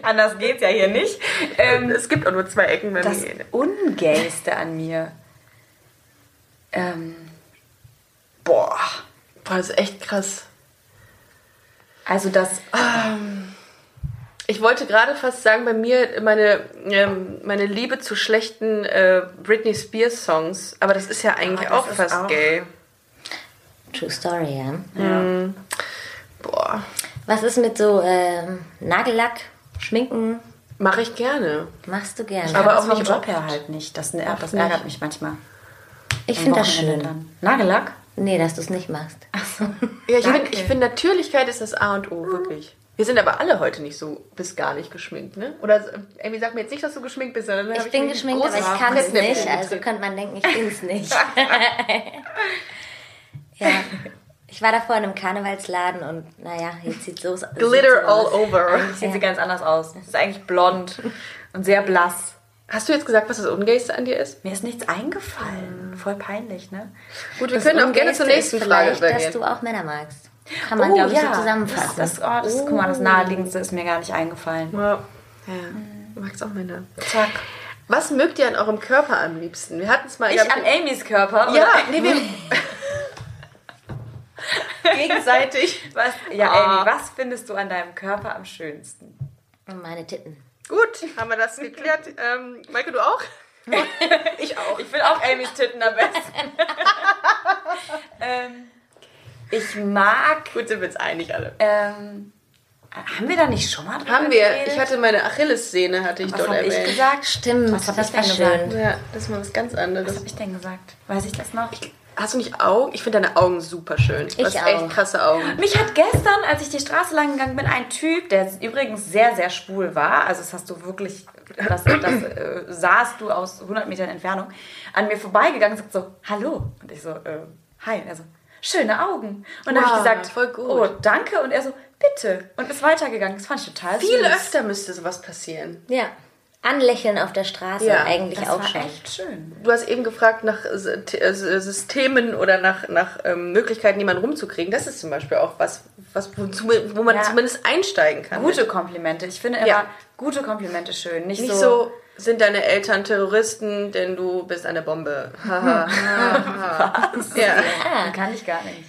S3: Anders geht's ja hier nicht. Ähm,
S1: Es gibt auch nur zwei Ecken, wenn
S3: das
S1: wir gehen.
S3: Ungayste an mir. Ähm, boah.
S1: Boah, das ist echt krass.
S3: Also das.
S1: Ich wollte gerade fast sagen, bei mir meine, ähm, meine Liebe zu schlechten äh, Britney Spears Songs, aber das ist ja eigentlich
S3: Ah, das
S1: auch
S3: ist
S1: fast
S3: auch-
S1: gay.
S2: True Story, ja.
S3: hm,
S1: Boah,
S2: Was ist mit so ähm, Nagellack, Schminken?
S1: mache ich gerne.
S2: Machst du gerne.
S1: Aber
S3: das
S1: auch
S3: vom
S1: nicht
S3: Job
S1: oft.
S3: her halt nicht. Das, ner- das
S2: nicht.
S3: ärgert mich manchmal.
S2: ich
S3: Am
S2: finde das schön.
S3: Wochenende dann. Nagellack?
S2: Nee, dass du es nicht machst.
S1: Ja, ich
S3: Danke.
S1: finde, ich find, Natürlichkeit ist das A und O, wirklich. Wir sind aber alle heute nicht so bis gar nicht geschminkt, ne? Oder äh, Amy, sag mir jetzt nicht, dass du geschminkt bist, sondern dann hab
S2: Ich bin
S1: mir
S2: geschminkt, aber
S1: große
S2: ich kann es
S1: Fettnäpfchen
S2: nicht. Also
S1: getrieben.
S2: könnte man denken, ich bin es nicht. ja. Ich war da vorhin im Karnevalsladen und naja, jetzt sieht so aus.
S1: Glitter
S2: sieht so
S1: all
S2: aus.
S1: over.
S3: Sieht sie ganz anders aus. Ist eigentlich blond und sehr blass.
S1: Hast du jetzt gesagt, was das Ungayste an dir ist?
S3: Mir ist nichts eingefallen. Voll peinlich, ne?
S1: Gut, wir können auch gerne
S2: Ungayste
S1: zur nächsten
S2: ist
S1: Frage Oh,
S2: vielleicht, dass
S1: übergehen.
S2: du auch Männer magst. Kann man, glaube ich, so zusammenfassen.
S3: Oh, Das, das, oh, das, Guck mal, das Naheliegendste ist mir gar nicht eingefallen.
S1: Ja, ja. Du magst auch Männer.
S3: Zack.
S1: Was mögt ihr an eurem Körper am liebsten? Wir hatten es mal.
S3: Ich
S1: glaub
S3: an Amy's Körper.
S1: ja,
S3: oder?
S1: nee, wir gegenseitig.
S3: Was, ja,
S1: Ah.
S3: Amy, was findest du an deinem Körper am schönsten?
S2: Meine Titten.
S1: Gut, haben wir das geklärt. Ähm, Maike, du auch? Ich auch.
S3: Ich finde auch Amy's Titten am besten. ähm, ich mag.
S1: Gut sind wir uns einig alle.
S3: Ähm, haben wir da nicht schon mal drüber
S1: Haben wir,
S3: geredet?
S1: ich hatte meine Achillessehne, hatte ich
S3: Was
S1: dort
S3: hab ich
S1: erwähnt.
S3: gesagt?
S2: Stimmt,
S3: Was hab
S2: das
S3: ich
S2: war
S3: denn gesagt?
S2: schön.
S1: ja, das ist mal was ganz
S3: Was
S1: anderes.
S3: habe ich denn gesagt? Weiß ich das noch?
S1: Hast du nicht Augen? Ich finde deine Augen super schön. Du
S2: Ich
S1: hast
S2: auch.
S1: echt krasse Augen.
S3: Mich hat gestern, als ich die Straße lang gegangen bin, ein Typ, der übrigens sehr, sehr schwul war, also das hast du wirklich, das, das äh, sahst du aus 100 Metern Entfernung, an mir vorbeigegangen und sagt so, hallo. Und ich so, äh, hi. Und er so, schöne Augen. Und dann habe ich
S1: Wow,
S3: gesagt,
S1: voll gut.
S3: oh, danke. Und er so, bitte. Und ist weitergegangen. Das fand ich total
S1: Viel
S3: süß.
S1: öfter müsste sowas passieren.
S2: Ja. Anlächeln auf der Straße
S1: Ja,
S2: eigentlich
S3: Das
S2: auch
S3: war
S2: schon.
S3: echt schön.
S1: Du hast eben gefragt nach äh, S- T- äh, Systemen oder nach, nach ähm, Möglichkeiten, jemanden rumzukriegen. Das ist zum Beispiel auch was, was wo, zu- wo man
S3: Ja.
S1: zumindest einsteigen kann.
S3: Gute Komplimente. Ich finde immer
S1: Ja.
S3: gute Komplimente schön. Nicht,
S1: Nicht
S3: so,
S1: so, sind deine Eltern Terroristen, denn du bist eine Bombe.
S3: Mhm.
S1: Haha. ja.
S2: Ah,
S3: kann ich gar nicht.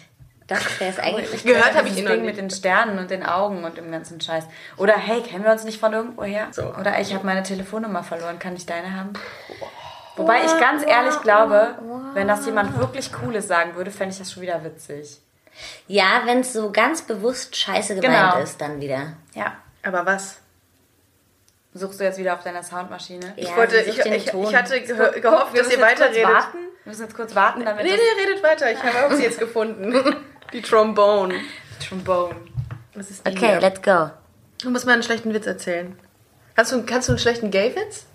S2: das wäre es eigentlich.
S1: Gehört habe ich
S3: Dieses
S1: ihn Äh, noch
S3: Ding mit
S1: nicht.
S3: den Sternen und den Augen und dem ganzen Scheiß. Oder hey, kennen wir uns nicht von irgendwoher?
S1: So.
S3: Oder ich habe meine Telefonnummer verloren, kann ich deine haben? Wobei ich ganz ehrlich glaube, wenn das jemand wirklich Cooles sagen würde, fände ich das schon wieder witzig.
S2: Ja, wenn es so ganz bewusst scheiße gemeint
S3: Genau.
S2: ist, dann wieder.
S3: Ja.
S1: Aber was?
S3: Suchst du jetzt wieder auf deiner Soundmaschine?
S2: Ja,
S1: Ich, wollte,
S2: such
S1: ich,
S2: den
S1: ich,
S2: Ton.
S1: ich hatte geho gehofft, dass ihr weiterredet.
S3: Warten? Wir müssen jetzt kurz warten, damit
S1: Nee, nee, redet weiter. Ich habe auch sie jetzt gefunden. Die Trombone.
S3: das Trombone.
S1: Das ist die
S2: Okay,
S1: hier.
S2: let's go.
S1: Du musst mal einen schlechten Witz erzählen. Kannst du, kannst du einen schlechten Gay-Witz?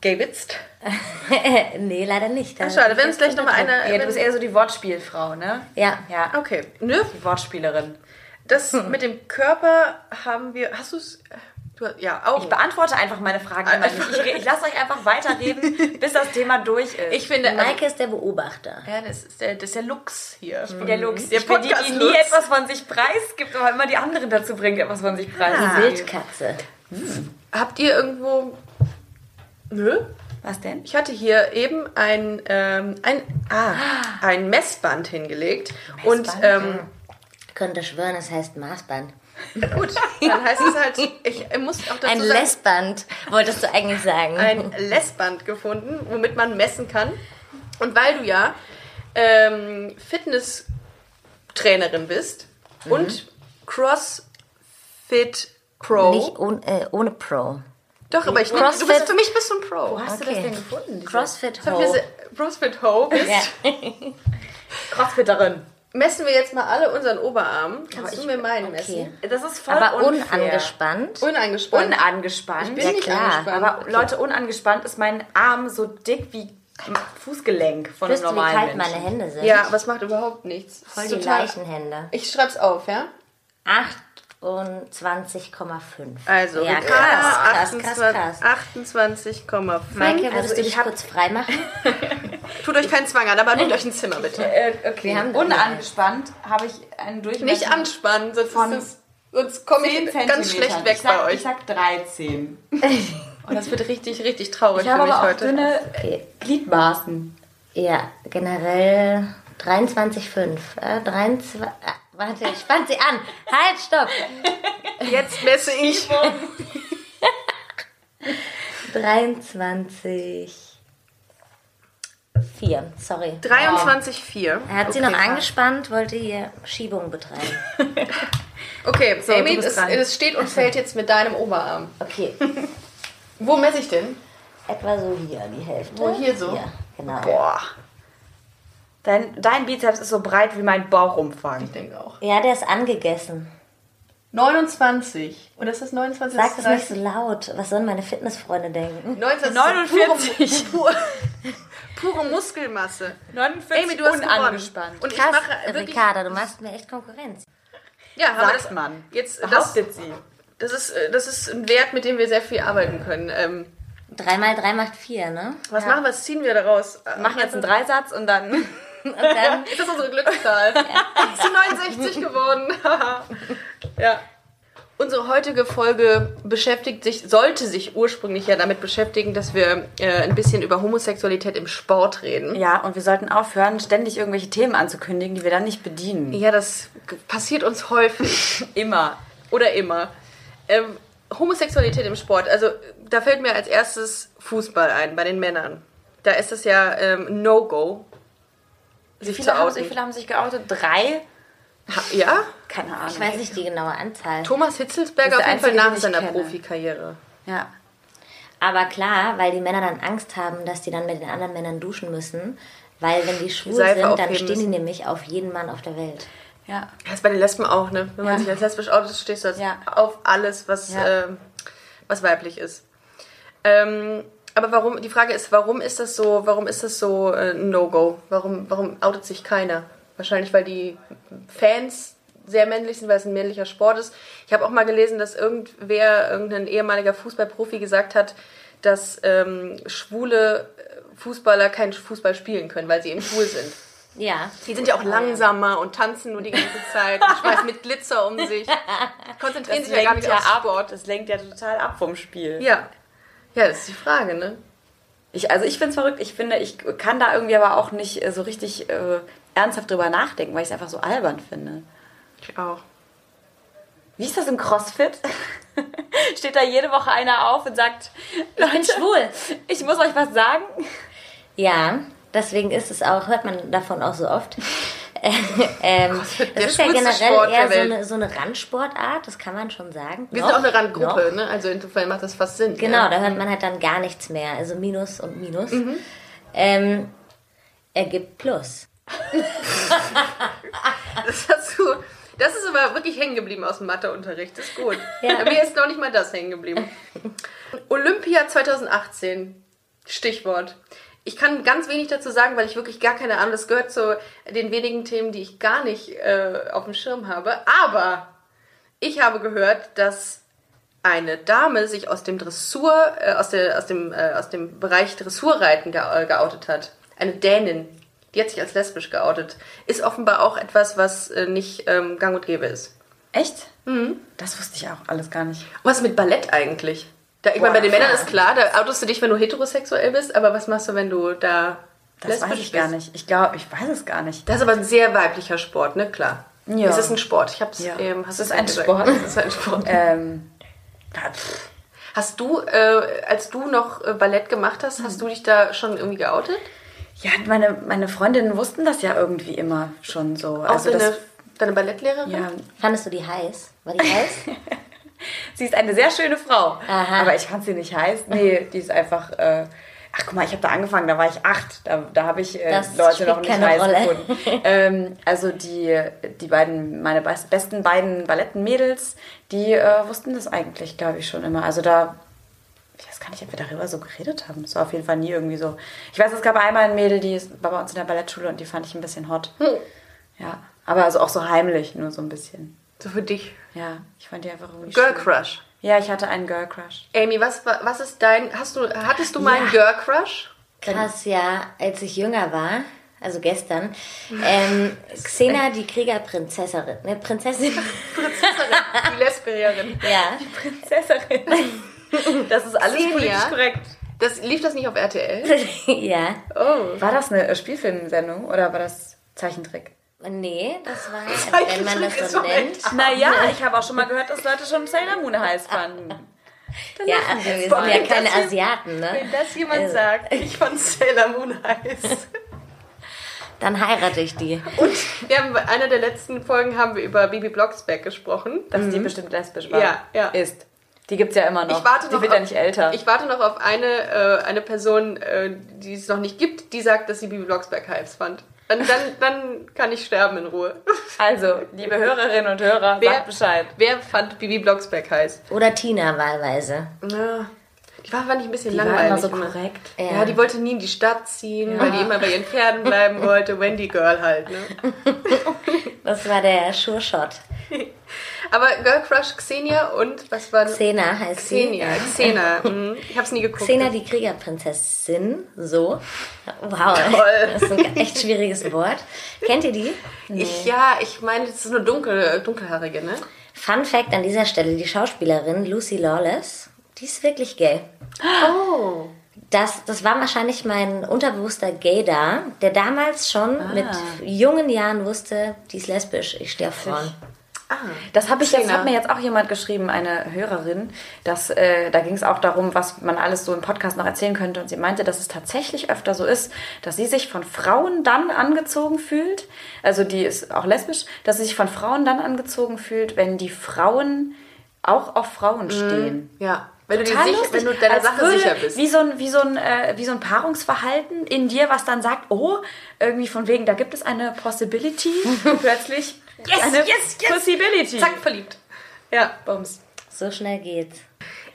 S1: Gay-Witz?
S2: nee, leider nicht.
S1: Ach, schade, Äh, wenn uns gleich nochmal einer...
S3: Ja, du bist eher so die Wortspielfrau, ne?
S2: Ja.
S3: Ja.
S1: okay, ne?
S3: Die Wortspielerin.
S1: Das
S3: Hm.
S1: mit dem Körper haben wir... Hast du's- du es... Ja, Augen.
S3: Ich beantworte einfach meine Fragen. immer nicht. Ich, re- ich lasse euch einfach weiterreden, bis das Thema durch ist.
S1: Ich finde... also-
S2: Maike ist der Beobachter.
S1: ja, das ist der, das ist der Lux hier. Mhm. Ich
S3: bin der Lux.
S1: Der
S3: Mhm. ich bin die, die nie
S1: Podcast-Lux.
S3: etwas von sich preisgibt, aber immer die anderen dazu bringt, etwas von sich
S2: Die
S3: preisgibt.
S2: Wildkatze.
S1: Habt ihr irgendwo... Nö?
S3: Was denn?
S1: Ich hatte hier eben ein, ähm, ein, ah, ein Messband hingelegt. Und ähm,
S2: Ich könnte schwören, es heißt Maßband.
S1: gut, dann heißt es halt, ich muss auch dazu
S2: Ein
S1: sagen,
S2: Lesband, wolltest du eigentlich sagen.
S1: ein Lesband gefunden, womit man messen kann. Und weil du ja ähm, Fitness-Trainerin bist und CrossFit Pro.
S2: Nicht ohne, äh, ohne Pro.
S1: Doch, aber ich
S2: CrossFit-
S1: du bist, für mich bist du ein Pro.
S3: Hast
S2: Okay.
S3: du das denn gefunden? diese
S2: CrossFit
S1: Wenn du
S2: Ho.
S1: CrossFit Ho bist,
S2: Ja.
S3: Crossfitterin.
S1: messen wir jetzt mal alle unseren Oberarm. Kannst du mir meinen
S2: Okay.
S1: messen?
S3: Das ist voll
S2: Aber
S3: unfair.
S2: unangespannt.
S1: Unangespannt.
S3: Unangespannt.
S1: bin
S2: Ja,
S1: nicht
S2: klar.
S1: angespannt.
S3: aber Leute, unangespannt ist mein Arm so dick wie am Fußgelenk von einem
S2: Wisst ihr, wie
S3: normalen
S2: kalt meine
S3: Menschen.
S2: Hände sind?
S1: Ja, aber es macht überhaupt nichts.
S2: Voll
S1: Ist
S2: die
S1: total-
S2: Leichenhände.
S1: Ich schreib's auf, ja?
S2: 28,5.
S1: Also,
S2: ja,
S1: Ricarda,
S2: krass, krass, krass,
S1: 28
S2: krass.
S1: 28,5.
S2: ah, Maike, würdest
S3: also
S2: du
S3: ich
S2: dich
S3: hab-
S2: kurz freimachen?
S1: Tut euch keinen Zwang an, aber nehmt euch ein Zimmer bitte.
S3: Äh, okay,
S2: Wir haben das
S3: unangespannt habe ich einen Durchmesser
S1: Nicht anspannen, sonst,
S3: Von
S1: ist es- sonst komme
S3: von 10
S1: ich ganz
S3: Zentimetern.
S1: schlecht weg
S3: ich sag,
S1: bei
S3: Ich
S1: euch.
S3: sag 13.
S1: Und das wird richtig, richtig traurig
S3: Ich
S1: für
S3: habe
S1: mich
S3: aber auch
S1: heute.
S3: dünne
S2: Okay.
S3: Gliedmaßen.
S2: Ja, generell 23,5. Äh, 23, äh, warte, ich spann sie an. Halt, stopp.
S1: Jetzt messe ich.
S2: 23. 4, sorry.
S1: 23,4.
S2: Er hat sie noch angespannt, wollte hier Schiebung betreiben.
S1: Okay,
S3: So,
S1: Amy,
S3: du bist
S1: es,
S3: dran.
S1: es steht und fällt jetzt mit deinem Oberarm.
S2: Okay,
S1: Wo messe ich denn?
S2: etwa so hier, die Hälfte.
S1: Wo, hier so?
S2: Oh, Hier, genau.
S1: Boah,
S3: Dein, dein Bizeps ist so breit wie mein Bauchumfang.
S1: ich denke auch.
S2: Ja, der ist angegessen.
S1: 29. Oder ist das 29?
S2: Sag es nicht so laut. Was sollen meine Fitnessfreunde denken?
S3: 49.
S1: Pure, pure Muskelmasse.
S3: 49
S1: Amy, du hast
S3: unangespannt.
S1: gewonnen. Und
S2: Krass,
S1: ich mache wirklich...
S2: Ricarda, du machst mir echt Konkurrenz.
S1: Ja, haben wir
S3: Sagt
S1: das,
S3: man.
S1: Jetzt, das,
S3: Behauptet sie.
S1: das, ist, äh, das ist ein Wert, mit dem wir sehr viel arbeiten können. Ähm,
S2: Dreimal drei macht vier, ne?
S1: was machen wir, was ziehen wir daraus? Äh,
S3: Machen jetzt einen Dreisatz und dann.
S2: Und dann
S1: Ist das unsere Glückszahl? Ist zu 69 geworden. ja. Unsere heutige Folge beschäftigt sich, sollte sich ursprünglich ja damit beschäftigen, dass wir äh, ein bisschen über Homosexualität im Sport reden.
S3: Ja, und wir sollten aufhören, ständig irgendwelche Themen anzukündigen, die wir dann nicht bedienen.
S1: Ja, das g- passiert uns häufig
S3: Immer.
S1: oder immer. Ähm, Homosexualität im Sport, also da fällt mir als erstes Fußball ein, bei den Männern. Da ist es ja ähm, No-Go,
S3: Wie
S1: sich
S3: viele,
S1: zu
S3: haben, wie
S1: outen.
S3: viele haben sich geoutet? Drei?
S1: Ha- Ja?
S3: Keine Ahnung.
S2: Ich weiß nicht die genaue Anzahl.
S1: Thomas Hitzelsberger
S3: Das
S1: auf
S3: ist der
S1: jeden Fall
S3: einzige, den
S1: nach
S3: ich
S1: seiner
S3: kenne.
S1: Profikarriere.
S3: Ja.
S2: Aber klar, weil die Männer dann Angst haben, dass die dann mit den anderen Männern duschen müssen. Weil wenn die schwul
S1: Seife
S2: sind, dann
S1: aufheben
S2: stehen die
S1: müssen.
S2: nämlich auf jeden Mann auf der Welt.
S3: Ja.
S1: Das ist bei den Lesben auch, ne? Wenn man
S3: Ja.
S1: sich als lesbisch outet, stehst du als
S3: Ja.
S1: auf alles, was,
S3: Ja.
S1: ähm, was weiblich ist. Ähm, aber warum, die Frage ist, warum ist das so, warum ist das so äh, ein No-Go? Warum, warum outet sich keiner? Wahrscheinlich, weil die Fans sehr männlich sind, weil es ein männlicher Sport ist. Ich habe auch mal gelesen, dass irgendwer, irgendein ehemaliger Fußballprofi gesagt hat, dass ähm, schwule Fußballer keinen Fußball spielen können, weil sie eben schwul sind.
S2: Ja.
S1: Die sind ja auch langsamer und tanzen nur die ganze Zeit und schmeißen mit Glitzer um sich. Konzentrieren sich ja gar nicht auf Sport.
S3: Das lenkt ja total ab vom Spiel.
S1: Ja. Ja, das ist die Frage, ne?
S3: Ich, also ich finde es verrückt. Ich finde, ich kann da irgendwie aber auch nicht äh, so richtig äh, ernsthaft drüber nachdenken, weil ich es einfach so albern finde.
S1: Ich auch.
S3: Wie ist das im CrossFit? Steht da jede Woche einer auf und sagt,
S2: Ich bin schwul.
S3: ich muss euch was sagen.
S2: Ja, deswegen ist es auch, hört man davon auch so oft. ähm,
S1: der
S2: das ist ja
S1: schwulste
S2: generell
S1: Sport der
S2: eher so
S1: Welt.
S2: eine, so eine Randsportart, das kann man schon sagen.
S1: Wir
S2: Noch,
S1: sind auch eine Randgruppe,
S2: noch.
S1: ne? Also insofern macht das fast Sinn.
S2: Genau,
S1: Ja. Mhm.
S2: da hört man halt dann gar nichts mehr. Also Minus und Minus ähm, ergibt Plus.
S1: Das, hast du, das ist aber wirklich hängen geblieben aus dem Matheunterricht. Das ist gut.
S2: Ja.
S1: Bei Mir ist noch nicht mal das hängen geblieben. Olympia 2018. Stichwort. Ich kann ganz wenig dazu sagen, weil ich wirklich gar keine Ahnung. Das gehört zu den wenigen Themen, die ich gar nicht äh, auf dem Schirm habe. Aber ich habe gehört, dass eine Dame sich aus dem Dressur, äh, aus, der, aus, dem, äh, aus dem Bereich Dressurreiten ge äh, geoutet hat. Eine Dänin. Die hat sich als lesbisch geoutet. Ist offenbar auch etwas, was äh, nicht ähm, gang und gäbe ist.
S3: Echt? Das wusste ich auch alles gar nicht.
S1: Und Was ist mit Ballett eigentlich? Da, ich meine, bei den Männern ist klar, da outest du dich, wenn du heterosexuell bist, aber was machst du, wenn du da
S3: Das weiß ich gar nicht. Ich glaube, ich weiß es gar nicht.
S1: Das ist aber ein sehr weiblicher Sport, ne? Klar.
S3: Ja.
S1: Es ist ein Sport. Ich hab's
S3: Ja.
S1: eben, hast
S3: Es ist
S1: du eben
S3: ein
S1: gesagt.
S3: Sport.
S1: Es ist ein Sport.
S3: Ähm, na, pff.
S1: Hast du, äh, als du noch äh, Ballett gemacht hast,
S3: Mhm.
S1: hast du dich da schon irgendwie geoutet?
S3: ja, meine, meine Freundinnen wussten das ja irgendwie immer schon so.
S1: Auch also deine,
S3: das,
S1: deine Ballettlehrerin?
S3: ja,
S2: Fandest du die heiß? War die heiß?
S3: Sie ist eine sehr schöne Frau.
S2: Aha.
S3: Aber ich fand sie nicht heiß. Nee, die ist einfach. Äh, ach, guck mal, ich habe da angefangen, da war ich acht. Da, da habe ich äh,
S2: Das
S3: Leute
S2: spielt
S3: noch nicht
S2: keine
S3: heiß
S2: Rolle.
S3: gefunden. ähm, also die, die beiden, meine bes- besten beiden Ballettenmädels, die äh, wussten das eigentlich, glaube ich, schon immer. Also da. Ich weiß gar nicht, ob wir darüber so geredet haben. Es war auf jeden Fall nie irgendwie so. Ich weiß, es gab einmal ein Mädel, die ist- war bei uns in der Ballettschule und die fand ich ein bisschen hot.
S2: Hm.
S3: Ja. Aber also auch so heimlich, nur so ein bisschen.
S1: So für dich.
S3: Ja, ich fand die einfach irgendwie
S1: Girl
S3: schön.
S1: Crush.
S3: Ja, ich hatte einen Girl Crush.
S1: Amy, was, wa- was ist dein. Hast du, hattest du mal einen Girl Crush?
S2: Krass, ja, als ich jünger war, also gestern, ähm, Xena, die Kriegerprinzessin, ne, Prinzessin,
S1: Die Lesbierin.
S2: ja,
S3: Prinzessin. Das ist alles
S1: Celia?
S3: politisch korrekt.
S1: Das, lief das nicht auf RTL?
S2: ja,
S1: Oh.
S3: War das eine äh, Spielfilmsendung oder war das Zeichentrick?
S2: nee, das war, also wenn man
S1: Zeichentrick
S2: das
S1: ist
S2: so
S1: so
S2: nennt,
S3: Naja, ich habe auch schon mal gehört, dass Leute schon Sailor Moon heiß fanden.
S2: ja, also wir
S1: Vor
S2: sind
S1: allem,
S2: ja keine
S1: dass wir-
S2: Asiaten,
S1: Wenn
S2: ne,
S1: das jemand
S2: Also.
S1: sagt, ich von Sailor Moon heiß.
S2: dann heirate ich die.
S1: Und wir haben bei einer der letzten Folgen haben wir über Bibi Blocksberg gesprochen.
S3: Dass die bestimmt lesbisch war.
S1: Ja, ja.
S3: Ist. Die gibt's ja immer noch.
S1: Ich warte
S3: die
S1: noch
S3: wird
S1: auf,
S3: ja nicht älter.
S1: Ich warte noch auf eine, äh, eine Person, äh, die es noch nicht gibt, die sagt, dass sie Bibi Blocksberg heiß fand. Und dann, dann kann ich sterben in Ruhe.
S3: also, liebe Hörerinnen und Hörer,
S1: Wer-
S3: sagt Bescheid.
S1: Wer fand Bibi Blocksberg heiß?
S2: Oder Tina wahlweise.
S1: Ja. Die war, fand Ne? ich ein bisschen
S3: Die war immer
S1: langweilig.
S3: so korrekt.
S1: Ja. die wollte nie in die Stadt ziehen, weil die immer bei ihren Pferden bleiben wollte. Wendy Girl halt, ne?
S2: Das war der Sure Shot.
S1: Aber Girl Crush Xenia und was war
S2: Xena heißt
S1: Xenia.
S2: sie.
S1: Xena. Mhm. Ich hab's nie geguckt.
S2: Xena, die Kriegerprinzessin, so. Wow,
S1: Toll.
S2: das ist ein echt schwieriges Wort. Kennt ihr die?
S1: Ich, ja, ich meine, das ist eine dunkel, dunkelhaarige, ne?
S2: Fun Fact an dieser Stelle: Die Schauspielerin Lucy Lawless, die ist wirklich gay.
S1: Oh.
S2: Das, das war wahrscheinlich mein unterbewusster Gay da,
S1: Ah.
S2: der damals schon mit jungen Jahren wusste, die ist lesbisch, ich stehe auf Frauen.
S3: Das habe ich jetzt,
S1: Trainer.
S3: hat mir jetzt auch jemand geschrieben, eine Hörerin, dass äh, da ging es auch darum, was man alles so im Podcast noch erzählen könnte. Und sie meinte, dass es tatsächlich öfter so ist, dass sie sich von Frauen dann angezogen fühlt, also die ist auch lesbisch, dass sie sich von Frauen dann angezogen fühlt, wenn die Frauen auch auf Frauen stehen.
S1: Ja. Wenn du, dir
S3: Total
S1: Mhm. sich,
S3: lustig.
S1: wenn du deiner
S3: Als
S1: Sache
S3: würde
S1: sicher bist.
S3: Wie so, ein, wie, so ein, äh, wie so ein Paarungsverhalten in dir, was dann sagt, oh, irgendwie von wegen, da gibt es eine Possibility. Und plötzlich
S1: Yes,
S3: eine
S1: yes, yes.
S3: Possibility.
S1: Zack, verliebt. Ja, Bums.
S2: So schnell geht's.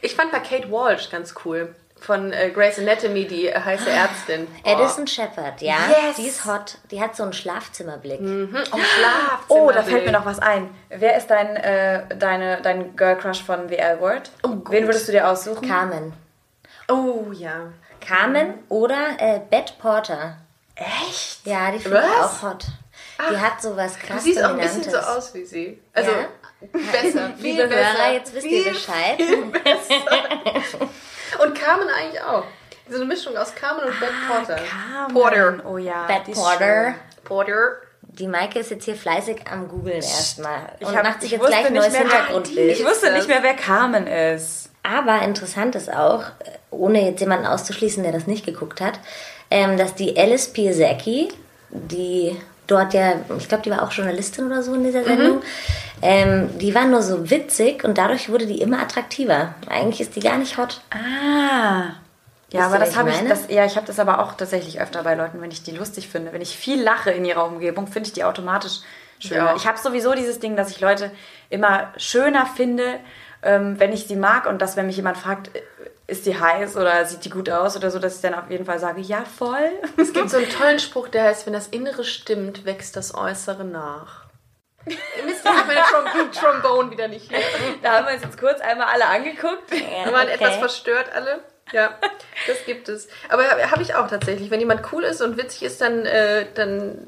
S1: Ich fand bei Kate Walsh ganz cool. Von äh, Grey's Anatomy, die äh, heiße Ärztin.
S2: Addison Shepard, ja.
S3: Yes.
S2: Die ist hot. Die hat so einen Schlafzimmerblick.
S1: Oh, Schlaf.
S3: Oh, da fällt mir noch was ein. Wer ist dein, äh, deine, dein Girl Crush von The L Word? Wen würdest du dir aussuchen?
S2: Carmen.
S1: Oh, ja.
S2: Carmen oder äh, Bette Porter.
S1: Echt?
S2: Ja, die finde ich
S1: Was?
S2: auch hot. Die hat sowas krass
S1: Du siehst auch ein bisschen
S2: Dominantes.
S1: so aus wie sie. Also,
S2: Ja?
S1: besser. Viel
S2: Liebe
S1: besser.
S2: Hörer, jetzt wisst ihr
S1: Viel-
S2: Bescheid.
S1: Und Carmen eigentlich auch. So eine Mischung aus Carmen
S2: Ah,
S1: und Beth Porter.
S3: Carmen.
S1: Porter.
S3: Oh ja.
S2: Bette
S3: die ist
S2: Porter.
S3: schön.
S1: Porter.
S2: Die Maike ist jetzt hier fleißig am googeln erstmal und
S3: hab-
S2: macht sich
S3: ich
S2: jetzt gleich
S3: wusste
S2: ein
S3: nicht
S2: neues
S3: mehr- ah,
S2: Hintergrundbild.
S3: Ich wusste nicht mehr, wer Carmen ist.
S2: Aber interessant ist auch, äh, ohne jetzt jemanden auszuschließen, der das nicht geguckt hat, ähm, dass die Alice Piasecki, die dort ja, ich glaube, die war auch Journalistin oder so in
S3: Mhm.
S2: dieser Sendung, ähm, die war nur so witzig und dadurch wurde die immer attraktiver. Eigentlich ist die gar nicht hot.
S3: Ah.
S2: Wisst ihr,
S3: Ja, aber
S2: was
S3: das
S2: ich
S3: habe ich,
S2: meine?
S3: das, ja, ich habe das aber auch tatsächlich öfter bei Leuten, wenn ich die lustig finde. Wenn ich viel lache in ihrer Umgebung, finde ich die automatisch schöner.
S1: Ja.
S3: Ich habe sowieso dieses Ding, dass ich Leute immer schöner finde, ähm, wenn ich sie mag und dass, wenn mich jemand fragt, äh, ist die heiß oder sieht die gut aus oder so, dass ich dann auf jeden Fall sage, ja, voll.
S1: Es gibt so einen tollen Spruch, der heißt, wenn das Innere stimmt, wächst das Äußere nach. Mist, ich habe meine Trom Trombone wieder nicht hier.
S3: Da haben wir uns jetzt kurz einmal alle angeguckt.
S1: Wir waren etwas verstört alle. Ja, das gibt es. Aber habe ich auch tatsächlich. Wenn jemand cool ist und witzig ist, dann, äh, dann,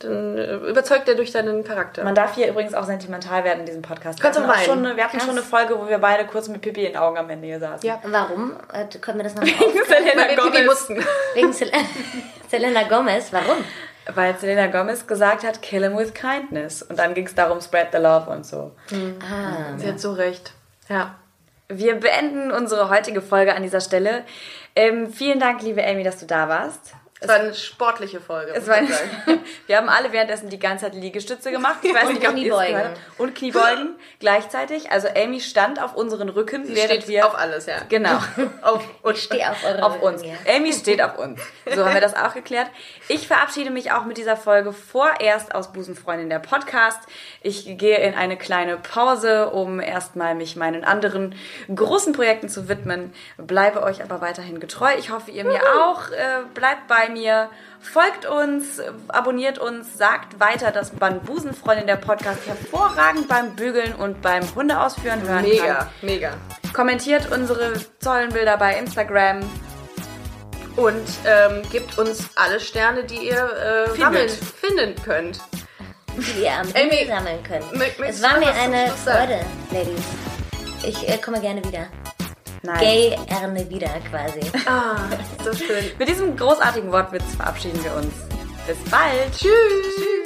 S1: dann äh, überzeugt er durch seinen Charakter.
S3: Man darf hier übrigens auch sentimental werden in diesem Podcast.
S1: Kannst
S3: wir
S1: du
S3: hatten, auch
S1: weinen.
S3: schon eine, wir hatten schon eine Folge, wo wir beide kurz mit Pipi in den Augen am Ende hier saßen.
S1: Ja.
S2: Warum? Äh, können wir das nochmal auf?
S3: Selena
S1: Weil wir Pipi
S3: Gomez.
S1: mussten.
S2: Wegen Sel Selena Gomez. Warum?
S3: Weil Selena Gomez gesagt hat, kill him with kindness. Und dann ging es darum, spread the love und so.
S2: Ah,
S1: Sie hat so recht. Ja.
S3: Wir beenden unsere heutige Folge an dieser Stelle. Ähm, vielen Dank, liebe Amy, dass du da warst.
S1: Es war eine sportliche Folge.
S3: Es war, wir haben alle währenddessen die ganze Zeit Liegestütze gemacht. Ich weiß
S2: Und
S3: nicht, ob ihr es
S2: Kniebeugen.
S3: gehört habt. Und Kniebeugen gleichzeitig. Also Amy stand auf unseren Rücken,
S1: Sie
S3: während
S1: steht
S3: wir...
S1: auf alles, ja.
S3: Genau.
S1: Auf und
S2: Steh auf eure
S3: auf uns.
S2: Rücken, Äh, ja.
S3: Amy steht auf uns. So haben wir das auch geklärt. Ich verabschiede mich auch mit dieser Folge vorerst aus Busenfreundin der Podcast. Ich gehe in eine kleine Pause, um erstmal mich meinen anderen großen Projekten zu widmen. Bleibe euch aber weiterhin getreu. Ich hoffe, ihr mir auch. Äh, bleibt bei mir. Folgt uns, äh, abonniert uns, sagt weiter, dass man Busenfreundin der Podcast hervorragend beim Bügeln und beim Hundeausführen hören kann.
S1: Mega, mega.
S3: Kommentiert unsere tollen Bilder bei Instagram.
S1: Und ähm, gebt uns alle Sterne, die ihr äh,
S3: Findet.
S1: sammeln, finden könnt.
S2: die ihr am
S1: Amy,
S2: Himmel sammeln könnt.
S1: mö- möchtest
S2: Es
S1: du
S2: war
S1: noch
S2: mir
S1: was zum
S2: eine
S1: Schluss sagen?
S2: Freude, Ladies. Ich äh, komme gerne wieder.
S3: Nein.
S2: Gay Erne wieder quasi.
S1: So schön.
S3: Mit diesem großartigen Wortwitz verabschieden wir uns. Bis bald.
S1: Tschüss. Tschüss.